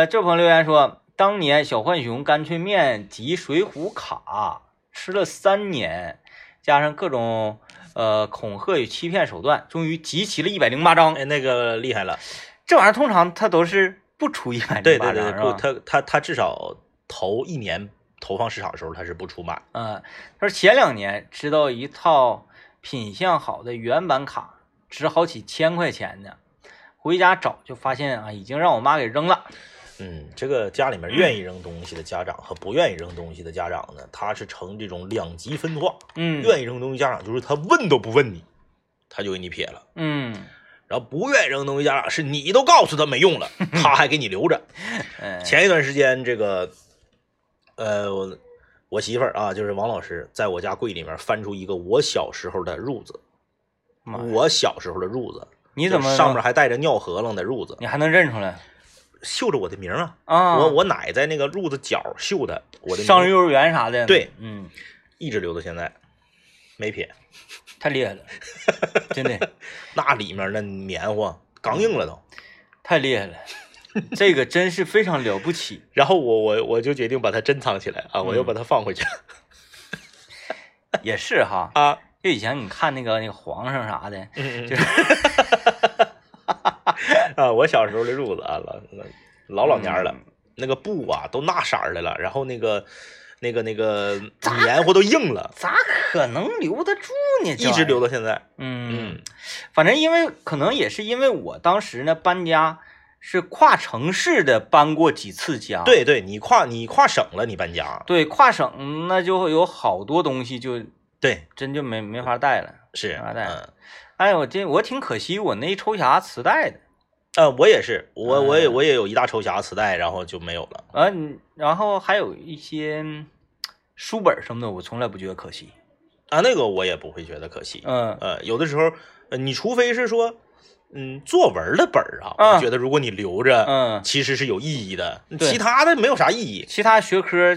Speaker 1: 呃，这朋友留言说，当年小浣熊干脆面及水浒卡吃了三年，加上各种呃恐吓与欺骗手段，终于集齐了一百零八
Speaker 2: 嗯，
Speaker 1: 张。
Speaker 2: 哎，那个厉害了，
Speaker 1: 这玩意儿通常它都是不出一百
Speaker 2: 对
Speaker 1: 零
Speaker 2: 对
Speaker 1: 八
Speaker 2: 对，
Speaker 1: 张，
Speaker 2: 不，
Speaker 1: 是吧？
Speaker 2: 他他他至少头一年投放市场的时候，他是不出满，
Speaker 1: 嗯，他说前两年知道一套品相好的原版卡值好几千块钱呢，回家找就发现啊，已经让我妈给扔了。
Speaker 2: 嗯，这个家里面愿意扔东西的家长和不愿意扔东西的家长呢，他是呈这种两极分化。
Speaker 1: 嗯，
Speaker 2: 愿意扔东西家长就是他问都不问你，他就给你撇了；
Speaker 1: 嗯，
Speaker 2: 然后不愿意扔东西家长是你都告诉他 没用了，他还给你留着。
Speaker 1: 哎
Speaker 2: 前一段时间这个，呃，我我媳妇儿啊，就是王老师，在我家柜里面翻出一个我小时候的褥子，
Speaker 1: 妈呀
Speaker 2: 我小时候的褥子，
Speaker 1: 你怎么
Speaker 2: 上面
Speaker 1: 能
Speaker 2: 还带着尿合楞的褥子，
Speaker 1: 你还能认出来
Speaker 2: 绣着我的名儿啊？
Speaker 1: 啊？
Speaker 2: 我我奶在那个褥子角绣的我的名
Speaker 1: 上
Speaker 2: 儿，
Speaker 1: 幼儿园啥的，
Speaker 2: 对，
Speaker 1: 嗯，
Speaker 2: 一直留到现在，没撇。
Speaker 1: 太厉害了，真 的
Speaker 2: 那里面那棉花刚硬了都。
Speaker 1: 太厉害了，这个真是非常了不起。
Speaker 2: 然后我我我就决定把它珍藏起来啊，
Speaker 1: 嗯
Speaker 2: 我又把它放回去、
Speaker 1: 也是哈，
Speaker 2: 啊。
Speaker 1: 就以前你看那个那个皇上啥的，
Speaker 2: 嗯嗯
Speaker 1: 就
Speaker 2: 嗯啊，我小时候的褥子啊，老老老老年儿了，那个布啊都那色儿的了，然后那个那个那个棉花都硬了，
Speaker 1: 咋可能留得住呢？这
Speaker 2: 一直
Speaker 1: 玩意儿
Speaker 2: 留，到现在。
Speaker 1: 嗯，
Speaker 2: 嗯
Speaker 1: 反正因为可能也是因为我当时呢搬家是跨城市的搬过几次家，
Speaker 2: 对对，你跨你跨省了，你搬家，
Speaker 1: 对，跨省那就会有好多东西就
Speaker 2: 对
Speaker 1: 真就没没法带了。
Speaker 2: 是，
Speaker 1: 啊对
Speaker 2: 嗯。
Speaker 1: 哎，我这我挺可惜，我那抽匣磁带的，
Speaker 2: 啊，我也是，我我也
Speaker 1: 嗯
Speaker 2: 我也有一大抽匣磁带，然后就没有了。
Speaker 1: 啊，你然后还有一些嗯书本什么的，我从来不觉得可惜。
Speaker 2: 啊，那个我也不会觉得可惜。
Speaker 1: 嗯，
Speaker 2: 呃，有的时候，呃你除非是说，嗯，作文的本儿啊，
Speaker 1: 啊
Speaker 2: 我觉得如果你留着，
Speaker 1: 嗯
Speaker 2: 其实是有意义的，
Speaker 1: 对
Speaker 2: 其他的没有啥意义。
Speaker 1: 其他学科，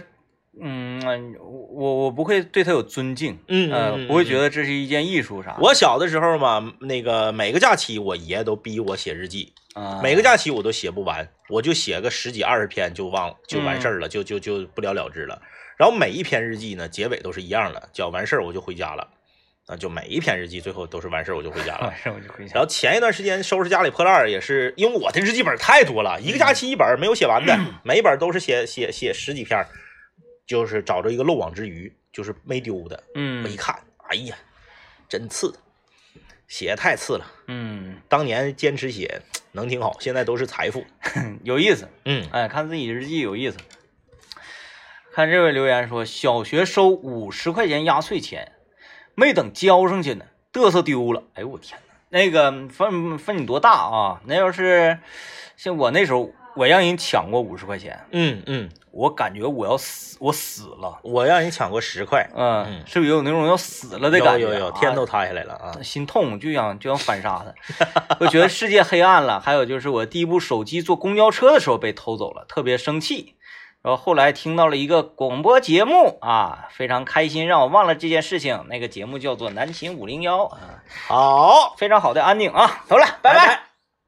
Speaker 1: 嗯，我我不会对它有尊敬，
Speaker 2: 嗯
Speaker 1: 呃，不会觉。得这是一件艺术啥的。
Speaker 2: 我小的时候嘛，那个每个假期我爷都逼我写日记，
Speaker 1: 啊，
Speaker 2: 每个假期我都写不完，我就写个十几二十篇就忘就完事
Speaker 1: 嗯
Speaker 2: 儿了，就就就不了了之了。然后每一篇日记呢，结尾都是一样的，叫完事儿我就回家了，啊，就每一篇日记最后都是完事儿我就回家了
Speaker 1: 晚。上哎我就回
Speaker 2: 然
Speaker 1: 想，
Speaker 2: 后前一段时间收拾家里破烂儿，也是因为我的日记本太多了，一个假期一本儿没有写完的，每一本儿都是写写写十几篇儿，就是找着一个漏网之鱼，就是没丢的。我一
Speaker 1: 嗯
Speaker 2: 看，哎呀，真次，写得太次了。
Speaker 1: 嗯，
Speaker 2: 当年坚持写能挺好，现在都是财富。
Speaker 1: 有意思，
Speaker 2: 嗯，
Speaker 1: 哎，看自己日记有意思。看这位留言说，小学收五十块钱压岁钱，没等交上去呢，嘚瑟丢了。哎呦我天哪！那个分分你多大啊？那要是像我那时候，我让人抢过五十块钱，
Speaker 2: 嗯嗯，
Speaker 1: 我感觉我要死，我死了。
Speaker 2: 我让人抢过十块，
Speaker 1: 嗯，
Speaker 2: 嗯
Speaker 1: 是不是有那种要死了的
Speaker 2: 有
Speaker 1: 感觉、
Speaker 2: 有
Speaker 1: 啊？
Speaker 2: 有，天都塌下来了啊！
Speaker 1: 心痛，就想就想反杀他。 我觉得世界黑暗了。还有就是我第一部手机坐公交车的时候被偷走了，特别生气。然后后来听到了一个广播节目啊，非常开心，让我忘了这件事情。那个节目叫做《南秦五零幺》啊，
Speaker 2: 好，
Speaker 1: 非常好的安定啊，走了，拜
Speaker 2: 拜
Speaker 1: 拜